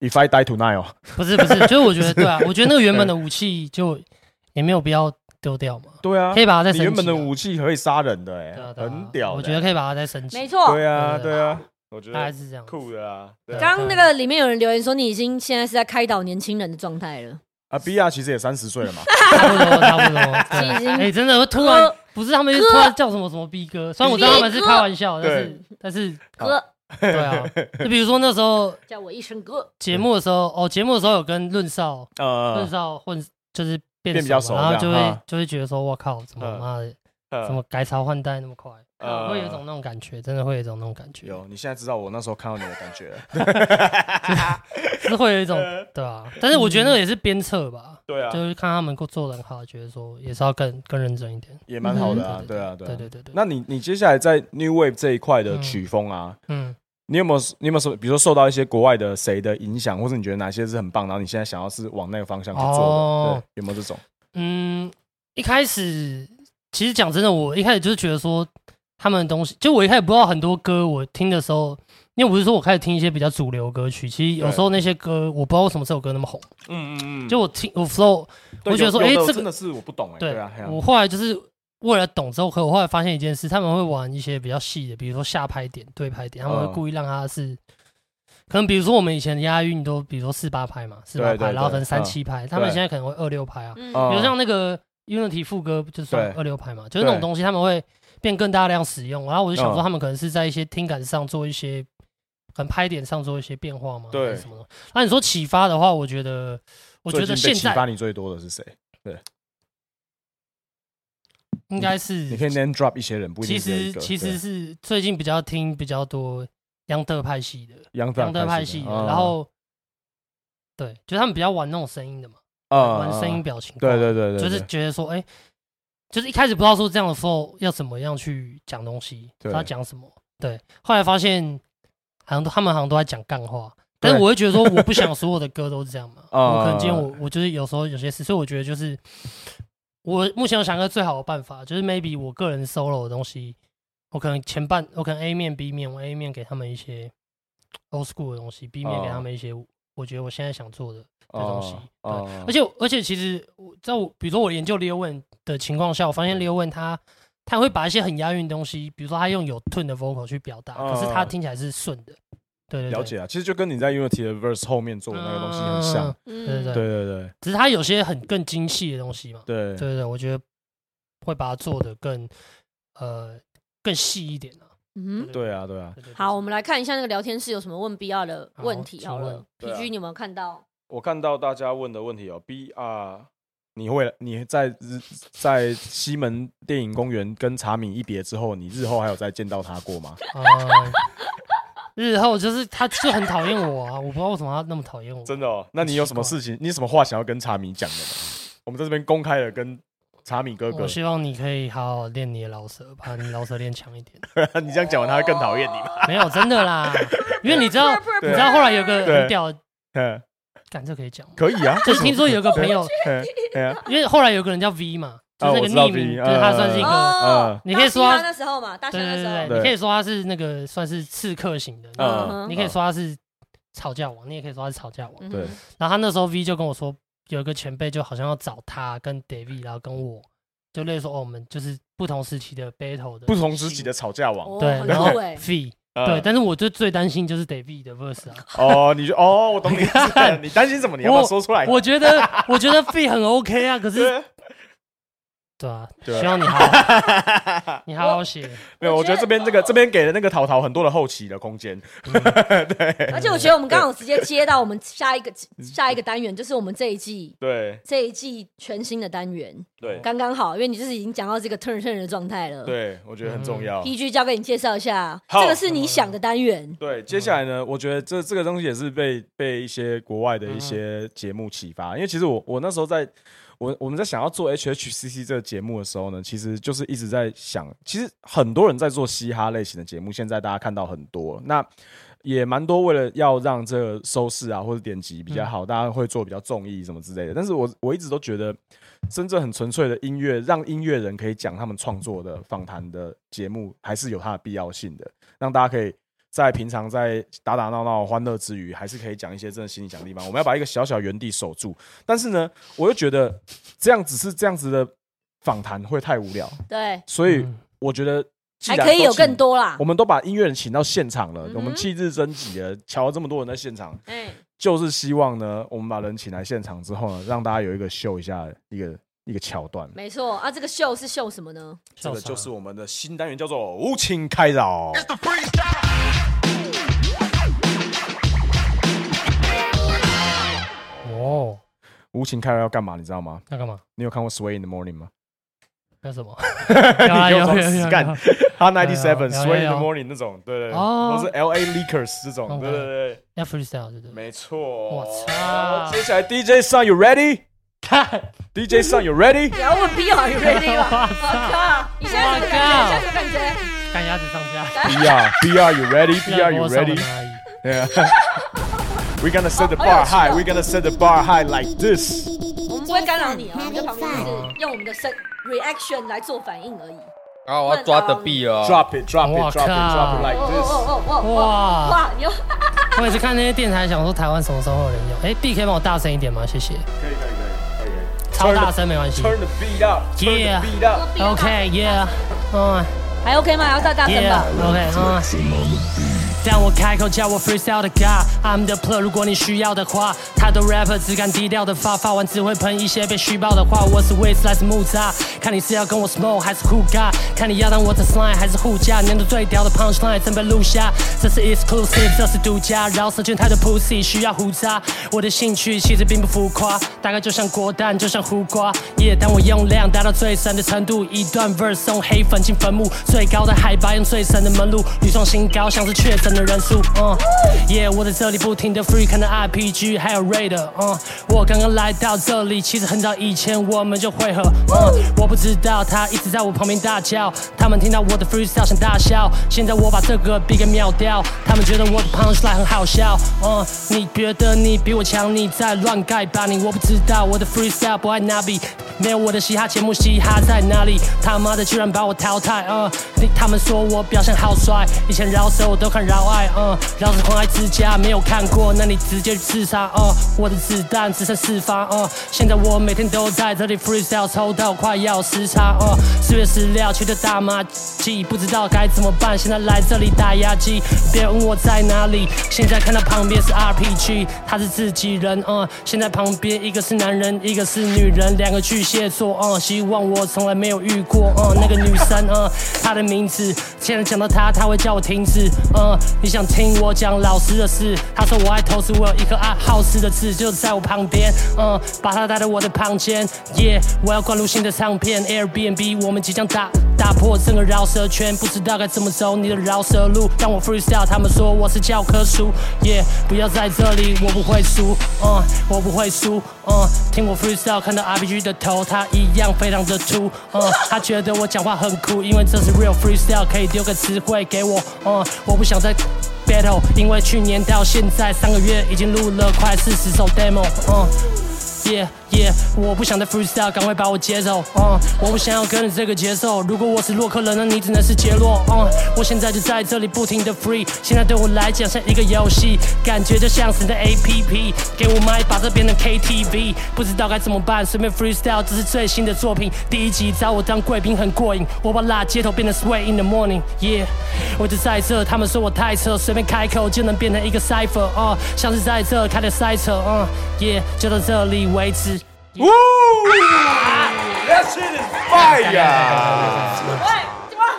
？If I die tonight 哦， 不是不是，就是我觉得对啊，我觉得那个原本的武器就也没有必要丢掉嘛。对啊，可以把它再你升原本级的啊武器可以杀人的、欸，对啊对啊很屌、欸。我觉得可以把它再升级。没错。对啊，对对啊，我觉大概得是这样。酷的啊。对啊刚刚那个里面有人留言说，你已经现在是在开导年轻人的状态了。啊，比亚其实也三十岁了 嘛，差不多，差不多。已对，经哎、真的突然哥不是他们就突然叫什么什么逼哥，虽然我知道他们是开玩笑，但是但是哥，对啊，就比如说那时候叫我一声哥。节目的时候，哦，节目的时候有跟论少论呃，少混，就是变变比较熟熟嘛然后这就样会啊就会觉得说，我靠，怎么嗯妈的，呃怎么改朝换代那么快？呃会有一种那种感觉，真的会有一种那种感觉，有？你现在知道我那时候看到你的感觉 了。是会有一种对啊。但是我觉得那个也是鞭策吧，呃嗯对啊，就是看他们做的很好，觉得说也是要更更认真一点。也蛮好的啊嗯，对啊，对对啊。对对对，那你你接下来在 New Wave 这一块的曲风啊，嗯，你有没有你有没有什么，比如说受到一些国外的谁的影响，或者你觉得哪些是很棒，然后你现在想要是往那个方向去做哦的，对，有没有这种？嗯，一开始其实讲真的，我一开始就是觉得说他们的东西，就我一开始不知道很多歌，我听的时候，因为我不是说我开始听一些比较主流歌曲，其实有对时候那些歌我不知道为什么这首歌那么红，嗯嗯嗯就我听我 flow，我觉得说诶这个真的是我不懂哎，对对啊，嘿啊我后来就是为了懂之后，可我后来发现一件事，他们会玩一些比较细的，比如说下拍点、对拍点，他们会嗯故意让它是。可能比如说我们以前的押韵都，比如说四八拍嘛，四八对对拍，然后可能对三嗯七拍，他们对现在可能会二六拍啊，嗯，哦比如像那个 Unity 副歌就算对二六拍嘛，就是那种对东西他们会变更大量使用，然后我就想说嗯他们可能是在一些听感上做一些，可能拍点上做一些变化嘛，对还是什么的。那你说启发的话，我觉得，我觉最近得被现启发在你最多的是谁？应该你可以是， name drop 一些人，不一其定只有一实个其对啊实是最近比较听比较多杨德派系的，杨杨德派系的，哦嗯然后对，就他们比较玩那种声音的嘛，玩声音，嗯嗯嗯表情包，对对对对，就是对觉得说，哎、就是一开始不知道说这样的 flow 要怎么样去讲东西，对他讲什么，对。后来发现好像都他们好像都在讲干话，但是对我会觉得说，我不想所有的歌都是这 样嘛，啊我可能今天我我就是有时候有些事，所以我觉得就是我目前有想到最好的办法，就是 maybe 我个人 solo 的东西，我可能前半我可能 A 面 B 面，我 A 面给他们一些 old school 的东西，B 面给啊他们一些我觉得我现在想做的的东西，对哦哦而且而且，其实我在我比如说我研究 Leo 问的情况下，我发现 Leo 问他他会把一些很押韵的东西，比如说他用有 tone 的 vocal 去表达，嗯可是他听起来是顺的。对嗯对对，了解啊，其实就跟你在 Unity 的 verse 后面做的那个东西很像嗯嗯。对对对对对只是他有些很更精细的东西嘛。对对对对，我觉得会把它做的更呃更细一点啊。嗯，对啊对啊！对对对好，我们来看一下那个聊天室有什么问 B R 的好问题好请了问。对啊 PG 你有没有看到？我看到大家问的问题有 B R，你会你在日在西门电影公园跟茶米一别之后，你日后还有再见到他过吗？啊、 日后就是他就很讨厌我啊，我不知道为什么他那么讨厌我。真的哦？那你有什么事情？你有什么话想要跟茶米讲的吗？我们在这边公开的跟茶米哥哥我，希望你可以好好练你的老舌，把你老舌练强一点。 你这样讲完他会更讨厌你 吧？没有，真的啦，因为你知道，你对啊知道后来有个很对屌，嗯干这可以讲吗，可以啊，就是听说有个朋友，嗯，对啊，因为后来有个人叫 V 嘛，就啊是那我个知道匿名， V，就是他算是一个，嗯你可以说大西他洋那时候嘛，大西对洋那对时候对，对对你可以说他是那个算是刺客型的，嗯你可以说他是吵架王，你也可以说他是吵架王。嗯哼对，然后他那时候 V 就跟我说，有一个前辈就好像要找他跟 David，然后跟我，就类似说哦，我们就是不同时期的 battle 的不同时期的吵架王，哦对，很然后酷欸 V 嗯对，但是我就最担心就是 David 的 verse 啊。哦，你就哦，我懂你意思了，你担心什么？你要不要我说出来？我觉得，我觉得费很 OK 啊，可是对对啊，对啊希望你好好， 你好好写。没有，我我觉觉得得这边这个这边给了那个淘淘很多的后期的空间。而且我觉得我们刚好直接接到我们下一个下一个单元，就是我们这一季对这一季全新的单元，对刚刚好，因为你就是已经讲到这个 turn turn 的状态了。对，我觉得很重嗯要。 ，PG 交给你介绍一下，好这个是你想的单元。对，接下来呢，我觉得这这个东西也是被被一些国外的一些节目启发，因为其实我我那时候在我我们在想要做 HHCC 这个节目的时候呢，其实就是一直在想，其实很多人在做嘻哈类型的节目，现在大家看到很多，那也蛮多为了要让这个收视啊或者点击比较好，大家会做比较综艺什么之类的。但是我我一直都觉得，真正很纯粹的音乐，让音乐人可以讲他们创作的访谈的节目，还是有它的必要性的，让大家可以。在平常在打打闹闹欢乐之余，还是可以讲一些真的心里讲的地方。我们要把一个小小原地守住，但是呢，我又觉得这样只是这样子的访谈会太无聊，对，所以嗯我觉得既还然可以都有请更。多啦我。们都把音乐人请到现场了，嗯哼我们气质征集了，瞧了这么多人在现场，哎，就是希望呢，我们把人请来现场之后呢，让大家有一个秀一下一个一个桥段。没错啊，这个秀是秀什么呢？这笑个死啊就是我们的新单元，叫做“无情开扰”。了哦，无情开扰要干嘛？你知道吗？要干嘛？你有看过《Sway in the Morning》吗？要什么？有 啊你给我有有装有死有干有他 Ninety Seven、有有 Sway in 有 the Morning 那种，对对，对哦都是 L A Lakers 这种， OK 对对对，要 freestyle 对不对？没错。我操接下来 DJ 上 You Ready？DJ 看，上 You Ready？不要问 B 好 ready 吗？哇我靠！你现在什么感觉？你现在什么感觉？看鸭子上 架， B R B R You ready? B R 要 You 多少的 ready? 蚂蚁 Yeah. We're gonna set the bar high. We're gonna set the bar high like this. 我们不会干扰你啊，我们在旁边就是用我们的声 reaction 来做反应而已。然啊后我要抓的嗯币哦。 Drop it, drop it, drop it, drop it 哇靠 like 哦 this. 哦哦哦哦！哇哇，你又我也是看那些电台，想说台湾什么时候有人用。哎，B 可以帮我大声一点吗？谢谢。可以可以可以可以。超大声没关系。 Turn the beat up. Turn Yeah. the beat up. OK，Yeah，嗯还 OK 吗？还要再大声吧。 ，Yeah，OK，嗯。当我开口叫我 freestyle 的 God，I'm the plug。如果你需要的话，太多 rapper 只敢低调的发，发完只会喷一些被虚报的话。我是 w i s 来自木栅，看你是要跟我 smoke 还是互尬，看你要当我的 slime 还是护驾。年度最屌的 punchline 曾被录下，这是 exclusive，这是独家。饶舌圈太多 pussy 需要胡渣，我的兴趣其实并不浮夸，大概就像国蛋，就像胡瓜。耶、当我用量达到最深的程度，一段 verse 送黑粉进坟墓，最高的海拔用最深的门路，屡创新高，像是确诊的人数。嗯，耶、我在这里不停的 free，看到 RPG 还有 Raider。嗯，我刚刚来到这里，其实很早以前我们就会合。嗯，我不知道他一直在我旁边大叫，他们听到我的 freestyle 想大笑，现在我把这个 B 给秒掉，他们觉得我的 punchline 很好笑。嗯，你觉得你比我强，你在乱盖吧你？我不知道我的 freestyle 不爱拿笔。没有我的嘻哈节目，嘻哈在哪里？他妈的，居然把我淘汰！嗯，你他们说我表现好帅，以前饶舌我都看饶爱，嗯，饶舌狂爱之家没有看过，那你直接去自杀！嗯，我的子弹只剩四发，嗯，现在我每天都在这里 freestyle，抽到快要时差，嗯，四月十六去的大麻季，不知道该怎么办，现在来这里打压机，别问我在哪里，现在看到旁边是 RPG，他是自己人，嗯，现在旁边一个是男人，一个是女人，两个巨蟹座，嗯，希望我从来没有遇过，嗯，那个女生，嗯，她的名字，现在讲到她，她会叫我停止，嗯，你想听我讲老师的事？她说我爱投资，我有一颗爱好吃的字，就在我旁边，嗯，把她带到我的旁间，耶、我要灌入新的唱片，Airbnb，我们即将打打破整个饶舌圈，不知道该怎么走你的饶舌路，让我 freestyle，他们说我是教科书，耶、不要在这里，我不会输，嗯，我不会输，嗯，听我 freestyle，看到 RPG 的头，他一样非常的秃，嗯，他觉得我讲话很酷，因为这是 real freestyle，可以丢个词汇给我，嗯，我不想再 battle，因为去年到现在三个月已经录了快四十首 demo，嗯。耶耶，我不想再 freestyle，赶快把我接走。嗯，我不想要跟着这个节奏。如果我是洛克人，那你只能是杰洛。嗯，我现在就在这里不停的 free，现在对我来讲像一个游戏，感觉就像是你的 APP。给我麦，把这变成 KTV，不知道该怎么办，随便 freestyle，这是最新的作品。第一集找我当贵宾很过瘾，我把辣街头变成 sway in the morning。耶，我就在这，他们说我太扯，随便开口就能变成一个 cipher。嗯，像是在这开的塞车。嗯，耶，就到这里为止。 Woo! That shit is fire!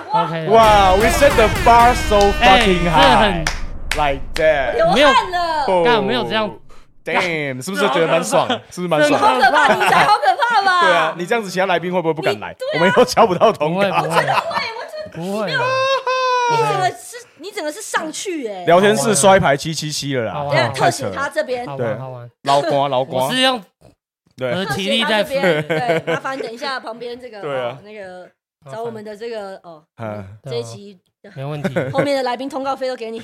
哇， OK，哇， Wow, we set the bar so 哎， fucking 这 high, 很 like that. 流汗了，哦干没有这样 Damn，是不是觉得蛮爽？是不是蛮真爽？的好可怕！你才好可怕吧？对啊，你这样子，其他来宾会不会不敢来你对啊？我们又瞧不到同不会感不。会喂，我这不会，你整个是，你整个是上去哎、欸，聊天室摔牌七七七了啦，好玩等下好特太扯写了他这边，好对玩好玩。捞光啊捞光我啊是，用我对的特体写力他这在付，边，对，麻烦等一下旁边这个对啊哦那个麻烦找我们的这个哦，嗯对啊这一集没 问题。后面的来宾通告费都给你。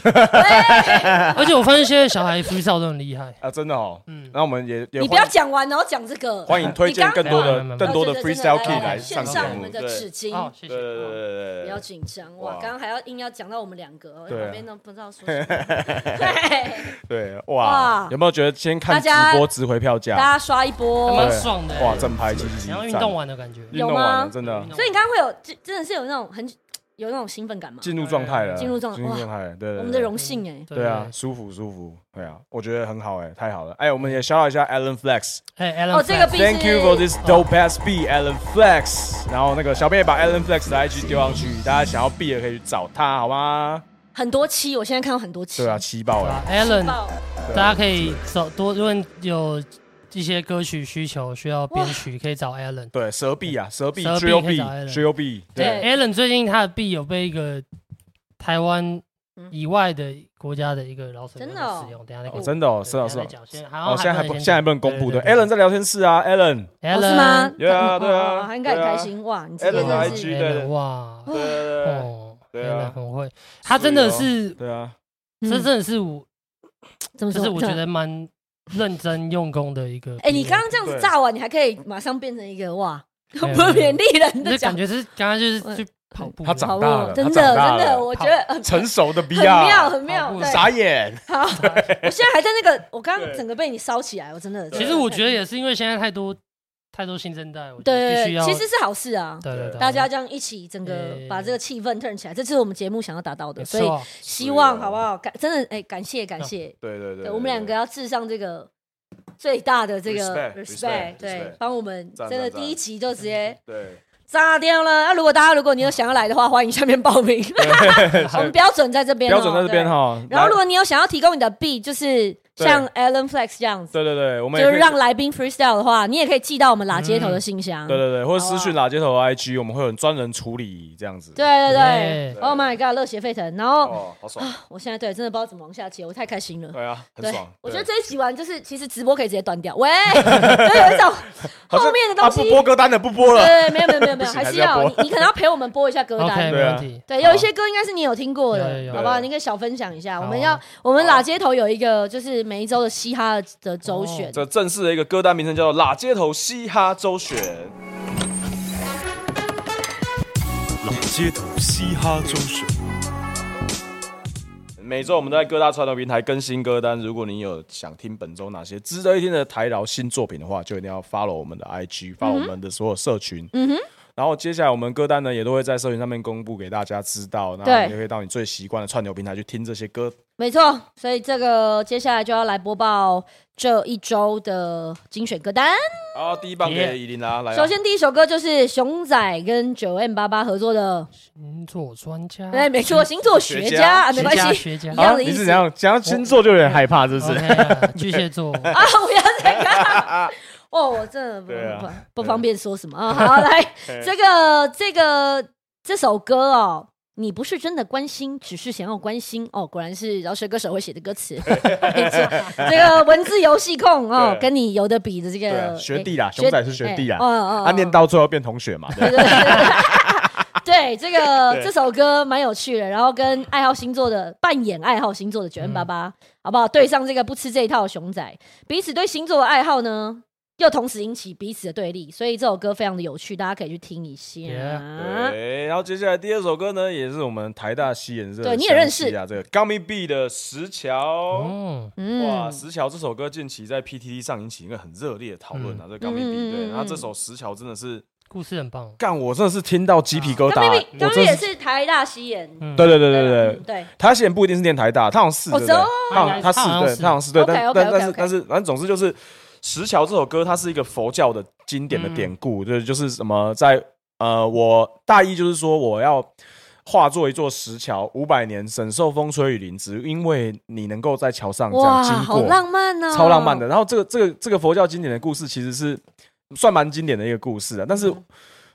而且我发现现在小孩 freestyle 都很厉害，啊，真的哦。嗯，那我们也也你不欢要讲完，然后讲这个。欢迎推荐你刚更多没有没有没的有更多哦的对对真 freestyle 来 key 来来上献上节我们目。的对纸巾，哦，谢对谢。对对对哦不对要对，紧张哇！哇刚刚还要硬要讲到我们两个，哦，对啊旁边都不知道说什么。对，对哇哇，有没有觉得先看大家直播值回票大价？家刷一波还对。蛮爽的欸哇，正拍积极，然后运赞动完的感觉，运有动完吗了，真的运动所以你刚刚会有真真的是有那种很有那种兴奋感吗？进入状态了，进入状进入状态了，对对对，我们的荣幸哎，对啊，，舒服舒服，对啊，我觉得很好哎，太好了，哎，我们也 shout out 一下 Alan Flex，哎 a l a n 哦，这个必 Thank you for 须 this dope ass beat, Alan Flex。然后那个小编也把 Alan Flex 的 IG 丢上去，大家想要 beat 的可以去找他，好吗？很很多期，我现在看到很多期。对啊，七爆了， a l a n 爆对啊大家可以找多，如果你有一些歌曲需求需要编曲，可以找 Alan。对蛇币啊，蛇币蛇币 J O 可以 B 找 Alan J O B，对对 Alan 最近他的 B 有被一个台湾嗯以外的国家的一个老手真的哦使用，等一下再哦，讲真的哦，对是啊是等一下再啊。讲，先好哦，像现在还可以不先现在还不能公布对 a l a n 在聊天室啊，Alan，哦 Alan 是吗？对啊对啊哦他应该很对啊开心哇！你直接 Alan 的认 IG 识，对对 Alan 哇，对对对哦对啊，Alan 很会，他真的是，对啊，这嗯真的是我，怎么就说？是我觉得蛮认真用功的一个。哎、你刚刚这样子对炸完，你还可以马上变成一个 哇，不没有勉励人就的感讲觉啊是刚刚就是嗯去跑步，他长好不大好？了真的他长大真了的，我觉得很成熟的很妙， VR，很妙。跑步对，傻眼，好， 我现在还在那个，我刚刚对整个被你烧起来，我真的。其实我觉得也是因为现在太多太多新生代，我觉得对必须要其实是好事啊，对对对，大家这样一起整个对把这个气氛 turn 起来，这是我们节目想要达到的，没所以错希望是啊好不好？感真的哎、感谢感谢，对对对对我们两个要致上这个最大的这个 Respect，respect，对 respect，帮我们真赞的赞赞嗯第一集就直接。对炸掉了！啊那、如果大家如果你有想要来的话，欢迎下面报 名。 我们标准在这边哦，标准在这边对。哈，然后来如果你有想要提供你的 B，就是像 Alan Flex 这样子，对对对，我们也就可是以嗯让来宾 freestyle 的话，你也可以寄到我们拉街头的信箱。对对对，或者好啊私讯哪街头的 IG，我们会有专人处理这样子。对对对对 o h my God，热血沸腾！然后、哦，好爽，我现在对真的不知道怎么往下接，我太开心了。对啊，很对爽。，我觉得对这一集完就是，其实直播可以直接断掉。 喂，就有一种好像后面的啊东西不播歌单的不播了。对，没有没有没有没不有，行还还是是要要播你，你可能要陪我们播一下歌单。 OK 没对啊问题，对，有一些歌应该是你有听过有有的，有好不好？对你可以小分享一下。好我啊们要，我们拉街头有一个就是每一周的嘻哈的周选，哦这正式的一个歌单名称叫做《拉街头嘻哈周选》。老街头嘻哈周选，每周我们都在各大传统平台更新歌单。如果你有想听本周哪些值得一听的台饶新作品的话，就一定要 follow 我们的 IG，follow 我们的所有社群。嗯哼。然后接下来我们歌单呢也都会在社群上面公布给大家知道，然对后你也可以到你最习惯的串流平台去听这些歌。没错。所以这个接下来就要来播报这一周的精选歌单。好，第一棒给依琳啦，来啊。首先第一首歌就是熊仔跟九 M 八八合作的，星座专家，哎，没错，星座学学家家啊，没 学关家系。学家一好，样的意你思哦是怎样讲到星座就有点害怕，是不是？ ，OK 啊，巨蟹 座，啊！不要再看。哦，我真的不对啊不不方便说什么啊。好， 来这个这个这首歌哦，你不是真的关心，只是想要关心哦。果然是饶舌歌手会写的歌 词，没错这个文字游戏控哦，对跟你有的比的这对个啊学弟啦哎熊仔是学弟啦哎哦 哦，他念哦到最后变同学嘛？对 对对对对，这个对这首歌蛮有趣的，然后跟爱好星座的扮演爱好星座的九恩爸嗯爸，好不好？对上这个不吃这一套的熊仔，彼此对星座的爱好呢，又同时引起彼此的对立，所以这首歌非常的有趣，大家可以去听一下。啊对。然后接下来第二首歌呢，也是我们台大西研社的对你也认识湘西啊，这个 Gummy B 的《石桥》。嗯，哇，《嗯，石桥》这首歌近期在 PTT 上引起一个很热烈的讨论啊，这个 Gummy 嗯 B 嗯对，嗯然后这首《石桥》真的是，故事很棒，干我真的是听到鸡皮疙瘩刚妹妹，，我刚妹真也的，是台大西演，对对对对对嗯，对，他现在不一定是念台大，他好像是，对哦不对是哦他好像他是他好像对，是他好像是对，但但 OK，OK，OK，OK 但是但是，反正总之就是《石桥》这首歌，它是一个佛教的经典的典故，对，就是什么在呃，我大意就是说我要。化作一座石桥，五百年忍受风吹雨淋，只因为你能够在桥上这哇，样经过，好浪漫哦，超浪漫的。然后这个这个这个佛教经典的故事其实是算蛮经典的一个故事啊，但是。嗯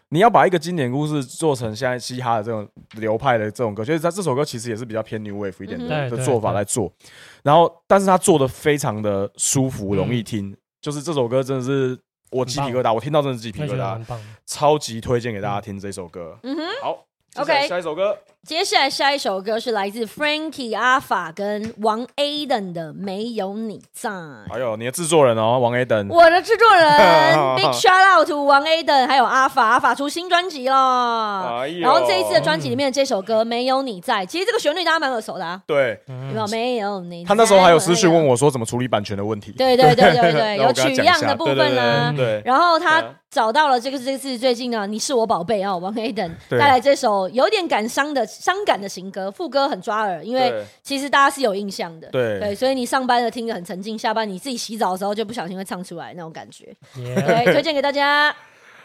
你要把一个经典故事做成现在嘻哈的这种流派的这种歌，就是它这首歌其实也是比较偏 new wave 一点的嗯对的对做法对来做，然后但是他做的非常的舒服，容嗯易听，就是这首歌真的是我鸡皮疙瘩，我听到真的是鸡皮那疙觉得瘩很，棒，超级推荐给大家听这首歌。嗯哼，好，接下来，OK 下一首歌接下来下一首歌是来自 Frankie 阿法跟王 Aden 的《没有你在》。还有哎你的制作人哦，王 A 等，我的制作 人，Big 好 shout out to 王 A 等，还有阿法，阿法出新专辑了。哎呦然后这一次的专辑里面这首歌《没有你在》，其实这个旋律大家蛮耳熟的啊，对有没有？没有你嗯在，他那时候还有私讯问我，我说怎么处理版权的问题，对对对对对， 那有我跟他取讲一样下的部分啦。对对对对然后他对啊找到了这个这次最近呢，你是我宝贝哦，王 A 等带对来这首有点感伤的伤感的情歌，副歌很抓耳，因为对其实大家是有印象的。对对，所以你上班的听着很沉浸，下班你自己洗澡的时候就不小心会唱出来那种感觉。耶对，推荐给大家。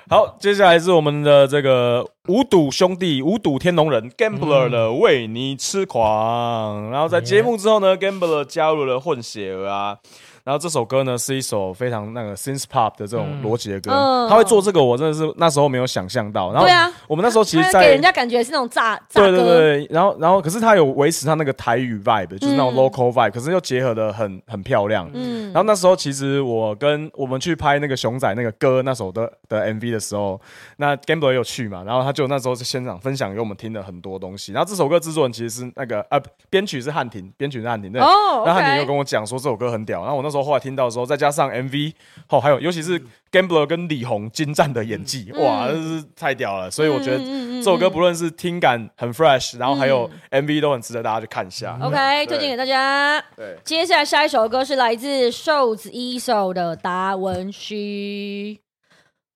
好，接下来是我们的这个无赌兄弟、无赌天龙人 Gambler 的为你痴狂。然后在节目之后呢，Gambler 加入了混血儿啊。然后这首歌呢是一首非常那个 synth pop 的这种逻辑的歌，嗯他会做这个，我真的是那时候没有想象到。然后对啊我们那时候其实他在，给人家感觉是那种炸炸对歌，对对，然后然后可是他有维持他那个台语 vibe，就是那种嗯 local vibe，、可是又结合的很很漂亮。嗯然，后那时候其实我跟我们去拍那个熊仔那个歌那首的的 MV 的时候，那 Gambler 有去嘛，然后他就那时候在现场分享给我们听了很多东西。然后这首歌制作人其实是那个呃编曲是汉庭，编曲是汉庭对。哦然后汉庭又，OK，跟我讲说这首歌很屌，然后我那时候后来听到的时候，再加上 MV，哦，还有尤其是 Gambler 跟李红精湛的演技，嗯哇，真是太屌了！所以我觉得嗯嗯嗯嗯嗯这首歌不论是听感很 fresh，然后还有 MV 都很值得大家去看一下。 OK，啊对推荐给大家。对，接下来下一首歌是来自瘦子一手的达文西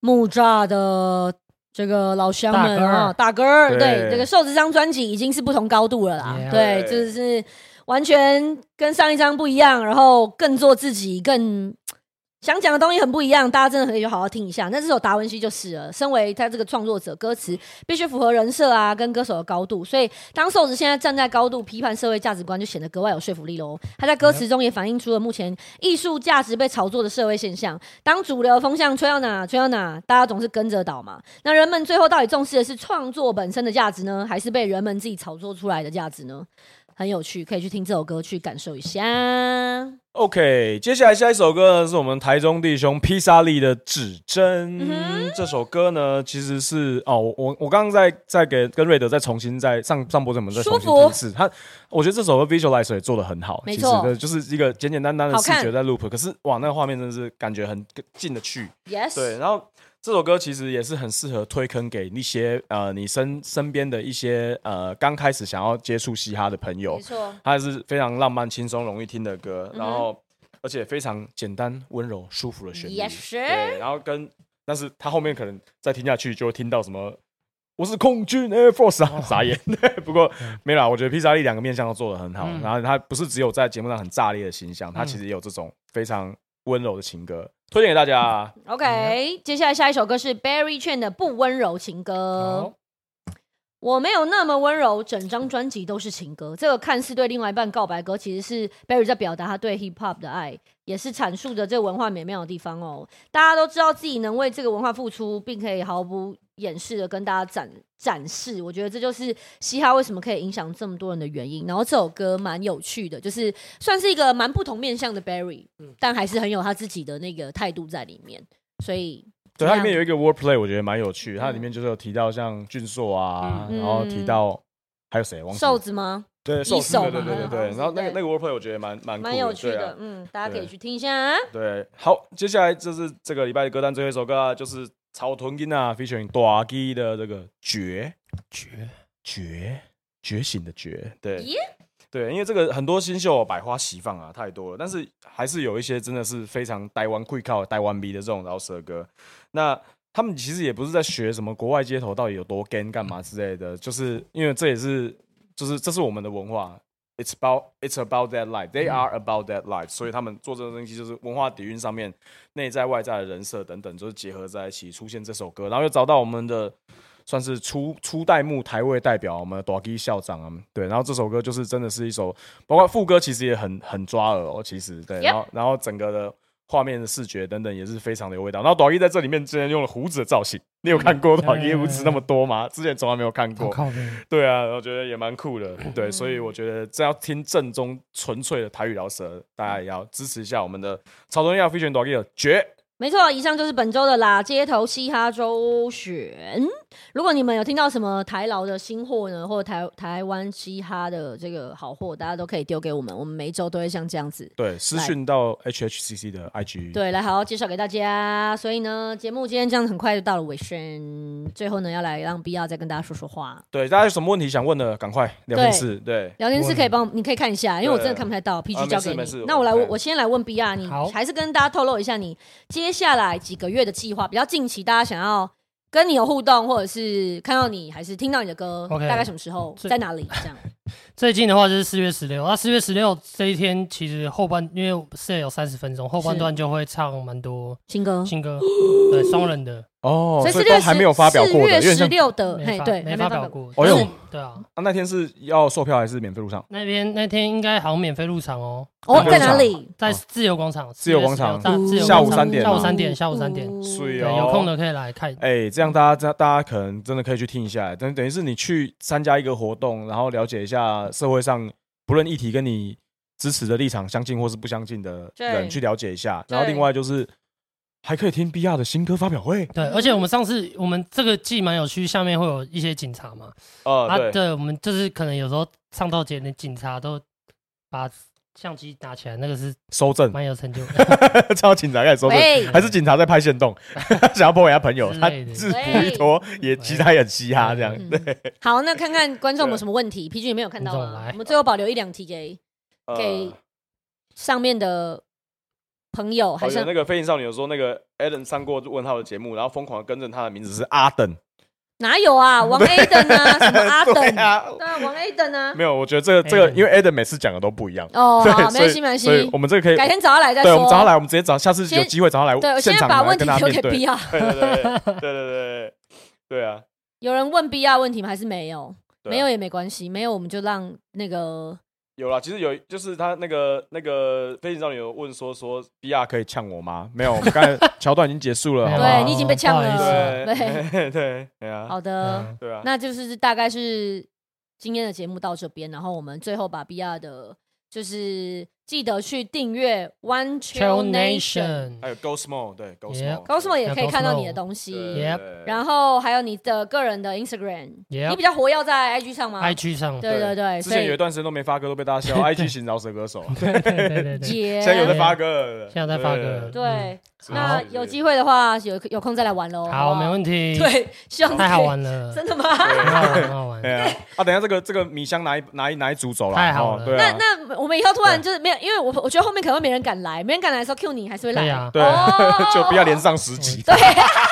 木栅的这个老乡们啊，大哥儿，对对这个瘦子这张专辑已经是不同高度了啦 Yeah 对，对就是完全跟上一张不一样，然后更做自己，更。想讲的东西很不一样，大家真的可以好好听一下。那这首达文西就是了，身为他这个创作者，歌词必须符合人设啊，跟歌手的高度。所以，当瘦子现在站在高度批判社会价值观，就显得格外有说服力喽。他在歌词中也反映出了目前艺术价值被炒作的社会现象。当主流风向吹到哪，吹到哪，大家总是跟着倒嘛。那人们最后到底重视的是创作本身的价值呢，还是被人们自己炒作出来的价值呢？很有趣，可以去听这首歌去感受一下。 OK，接下来下一首歌呢，是我们台中弟兄披萨利的《指针》。嗯这首歌呢，其实是哦，我我我刚刚在在给跟瑞德再重新再上上播，我们再重舒服新一次。他，我觉得这首歌 visualizer 也做的很好，没其实错这就是一个简简单单的好视看觉在 loop，可是哇，那个画面真的是感觉很进得去。 Yes，对，然后这首歌其实也是很适合推坑给一些呃你身身边的一些呃刚开始想要接触嘻哈的朋友没，错，它是非常浪漫、轻松、容易听的嗯歌，然后而且非常简单、温柔、舒服的旋律。也是对，然后跟但是它后面可能再听下去就会听到什么。我是空军 Air Force 哦啊，傻 眼。对，不过嗯没啦，我觉得披萨利两个面向都做得很好。然后他不是只有在节目上很炸裂的形嗯象，他其实也有这种非常温柔的情歌，推荐给大家啊。嗯 OK，、接下来下一首歌是 Barry Chan 的《不温柔情歌》。好我没有那么温柔，整张专辑都是情歌。这个看似对另外一半告白歌，其实是 Barry 在表达他对 hip hop 的爱，也是阐述着这文化美妙的地方哦。大家都知道自己能为这个文化付出，并可以毫不掩饰的跟大家展展示。我觉得这就是嘻哈为什么可以影响这么多人的原因。然后这首歌蛮有趣的，就是算是一个蛮不同面向的 Barry，、但嗯还是很有他自己的那个态度在里面。所以对，怎它里么面样有一个 wordplay，我觉得蛮有趣。它里面就是有提到像俊硕啊，嗯然后提到还有谁？忘记了瘦子吗？对，寿司手对对嘛对对对。嗯然后那个对那个 wordplay 我觉得蛮蛮酷蛮有趣对的，啊嗯，大家可以对去听一下、啊。对，好，接下来这是这个礼拜的歌单最后一首歌啊，就是草屯音啊，featuring 大基的这个觉绝觉觉醒的觉，对咦对，因为这个很多新秀百花齐放啊，太多了，但是还是有一些真的是非常台湾 quick 靠台湾 B 的这种饶舌歌，那。他们其实也不是在学什么国外街头到底有多 gay 干嘛之类的，就是因为这也是就是这是我们的文化。It's about it's about that life. They are about that life. 所以他们做这个东西就是文化底蕴上面内在外在的人设等等，就是结合在一起出现这首歌，然后又找到我们的算是初初代目台位代表，我们的 d o g 校长啊，对，然后这首歌就是真的是一首，包括副歌其实也很很抓耳哦，其实对， Yep 然后然后整个的。画面的视觉等等也是非常的有味道。然后短衣在这里面竟然用了胡子的造型，你有看过短衣胡子那么多吗？之前从来没有看过。靠背，对啊，我觉得也蛮酷的。对，所以我觉得这要听正宗纯粹的台语饶舌，大家也要支持一下我们的草东亚飞旋短 G 的绝。没错，以上就是本周的啦街头嘻哈周选。如果你们有听到什么台劳的新货呢，或者台台湾嘻哈的这个好货，大家都可以丢给我们，我们每一周都会像这样子。对，私来讯到 HHCC 的 IG。对，来好好介绍给大家。所以呢，节目今天这样很快就到了尾声，最后呢，要来让 B R 再跟大家说说话。对，大家有什么问题想问的，赶快聊天室。对，聊天室可以帮，你可以看一下，因为我真的看不太到啊，PG 交给没你事没事。那我来，我我看我先来问 B 啊 R，你好还是跟大家透露一下你接下来几个月的计划，比较近期大家想要跟你有互动，或者是看到你，还是听到你的歌 OK 大概什么时候，这在哪里？这样最近的话就是四月十六，那啊四月十六这一天，其实后半因为 set 有三十分钟，后半段就会唱蛮多新 歌。新歌，对双人的哦，所所以以都六还没有发表过四的，月有点十像六的，嗯嘿没，发对，还没发表过。过，哦但是哟我对啊，啊那天是要售票还是免费入场？那边那天应该好像免费入场哦，哦，在广哪场里？嗯在哦自由广场，自由广场4月16自由广场下午三点下午吗三点，下午三点，所以对，哦有空的可以来看。哎、这样大家大家可能真的可以去听一下，等等于是你去参加一个活动，然后了解一下社会上不论议题跟你支持的立场相近或是不相近的对人去了解一下，然后对另外就是还可以听 B R 的新歌发表会，对，而且我们上次我们这个季蛮有趣，下面会有一些警察嘛，呃，啊，对，对，我们就是可能有时候唱到节的警察都把相机拿起来，那个是收 证，蛮有成就感超警察开始收证， 喂还是警察在拍线动，想要破给他朋友，之他类的制啊服一脱也其他也很嘻哈这样，嗯好，那看看观众有没有什么问题，PG 有没有看到观众吗？来我们最后保留一两题给呃给上面的朋友，还好像是那个飞行少哦女有说，那个 Adam 上过问号的节目，然后疯狂地跟着他的名字是阿等，哪 有啊？王 A 的啊，什么阿对等，啊，对啊，王 A 的 啊。没有，我觉得这个这个， Adam 因为 Adam 每次讲的都不一样，哦，对，好，没所关以系，没关系所，以我们这个可以改，天找他来再对，我们找他说。来，我们直接找，下次有先机会找他对，来我现现在场把问来题跟他丢面给对，对 B 啊。对对对对对对啊，有人问 B 啊问题吗？还是没有？对啊没有也没关系，没有我们就让那个有啦，其实有，就是他那个那个飞行少女有问说说 B R 可以呛我吗？没有，我们刚才桥段已经结束 了，好不对好你已经被呛了不好意思对 对对啊， 好的。嗯对啊，那就是大概是今天的节目到这边，然后我们最后把 B R 的，就是记得去订阅 One ，Chill Chill Nation， Nation，还有 Go Small，对哦 Go Yeah Small，高什么也可以 Go 看到你 Small 的东西，对 Yep 对然后还有你的个人的 Instagram， Yep 你比较活跃在 IG 上吗 IG 上，对对对，之所前以有一段时间都没发歌，都被大家 笑 IG 型饶舌歌手， 啊对对对对对，也现在有嗯在发歌了，现在在发歌对了对，是那是有机会的话，有有空再来玩喽。好，没题。问题，，对，希望太好了，玩了， 真的吗？很好玩，很 好玩，对啊，啊，等一下这个这个米香拿一拿一拿一组走了，太哦好了对那啊，那我们以后突然就是没有，因为我我觉得后面可能会没人敢来，没人敢来的时候 Q 你还是会来对。呀，对啊，哦 就不要连上十 集。对，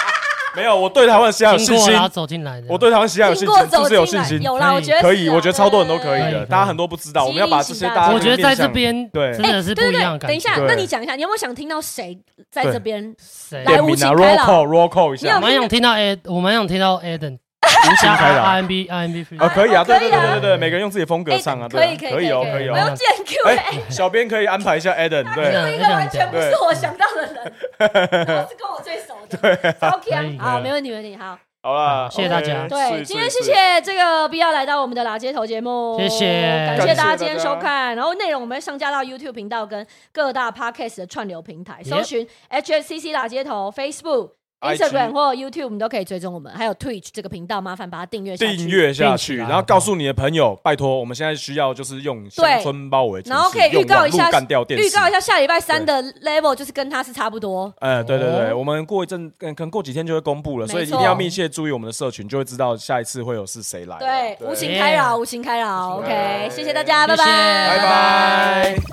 没有，我对台湾的嘻哈有经信过心然，后走进来的，我对台湾嘻哈有信经过心，是走不是有进信来，心？有啦，我可以觉得可以，是啊我觉得超多人都可以可以可的，以大家很多不知道，我们要把这些激励大家我觉得在面这向边对真的是不一样的感觉。哎等一下，对那你讲一下，你有没有想听到谁在这边？谁？来点无名情啊开，roll 朗 call roll call 一你有下我，蛮想听到 A，我蛮想听 到 Aden 无情加开朗 RMB RMB free 啊，可以啊，对对可以对啊对对，每个人用自己的风格唱啊，可对啊，以可以可以哦，可可以以我要哦。见 Q 哎哎，小编可以安排一下 Adam， 这对，一个完全不是我想到的人，然后是跟我最熟 的，超可以 Q。可以好，啊没问题，没问题，好。好啦好，谢谢大家 OK，对，是今天是谢是谢这个 B 要来到我们的拉街头节目，谢谢感谢感谢大家大今天家收看。然后内容我们会上架到 YouTube 频道跟各大 Podcast 的串流平台， Yep 搜寻 HSCC 拉街头 Facebook。 IG Instagram 或 YouTube 你都可以追踪我们，还有 Twitch 这个频道，麻烦把它订阅下去啊订。阅下去，订起来然后告诉你的朋友，拜托，我们现在需要就是用乡村包围，然后可以预告一用网下，路干掉电视预告一，下下礼拜三的 level 就是跟它是差不多。呃，对对对，哦我们过一阵，嗯可能可能过几天就会公布了，没错所以一定要密切注意我们的社群，就会知道下一次会有是谁来了。对，无情开 Yeah 扰，无情开扰。无情开 OK，扰谢谢大家，谢谢拜拜。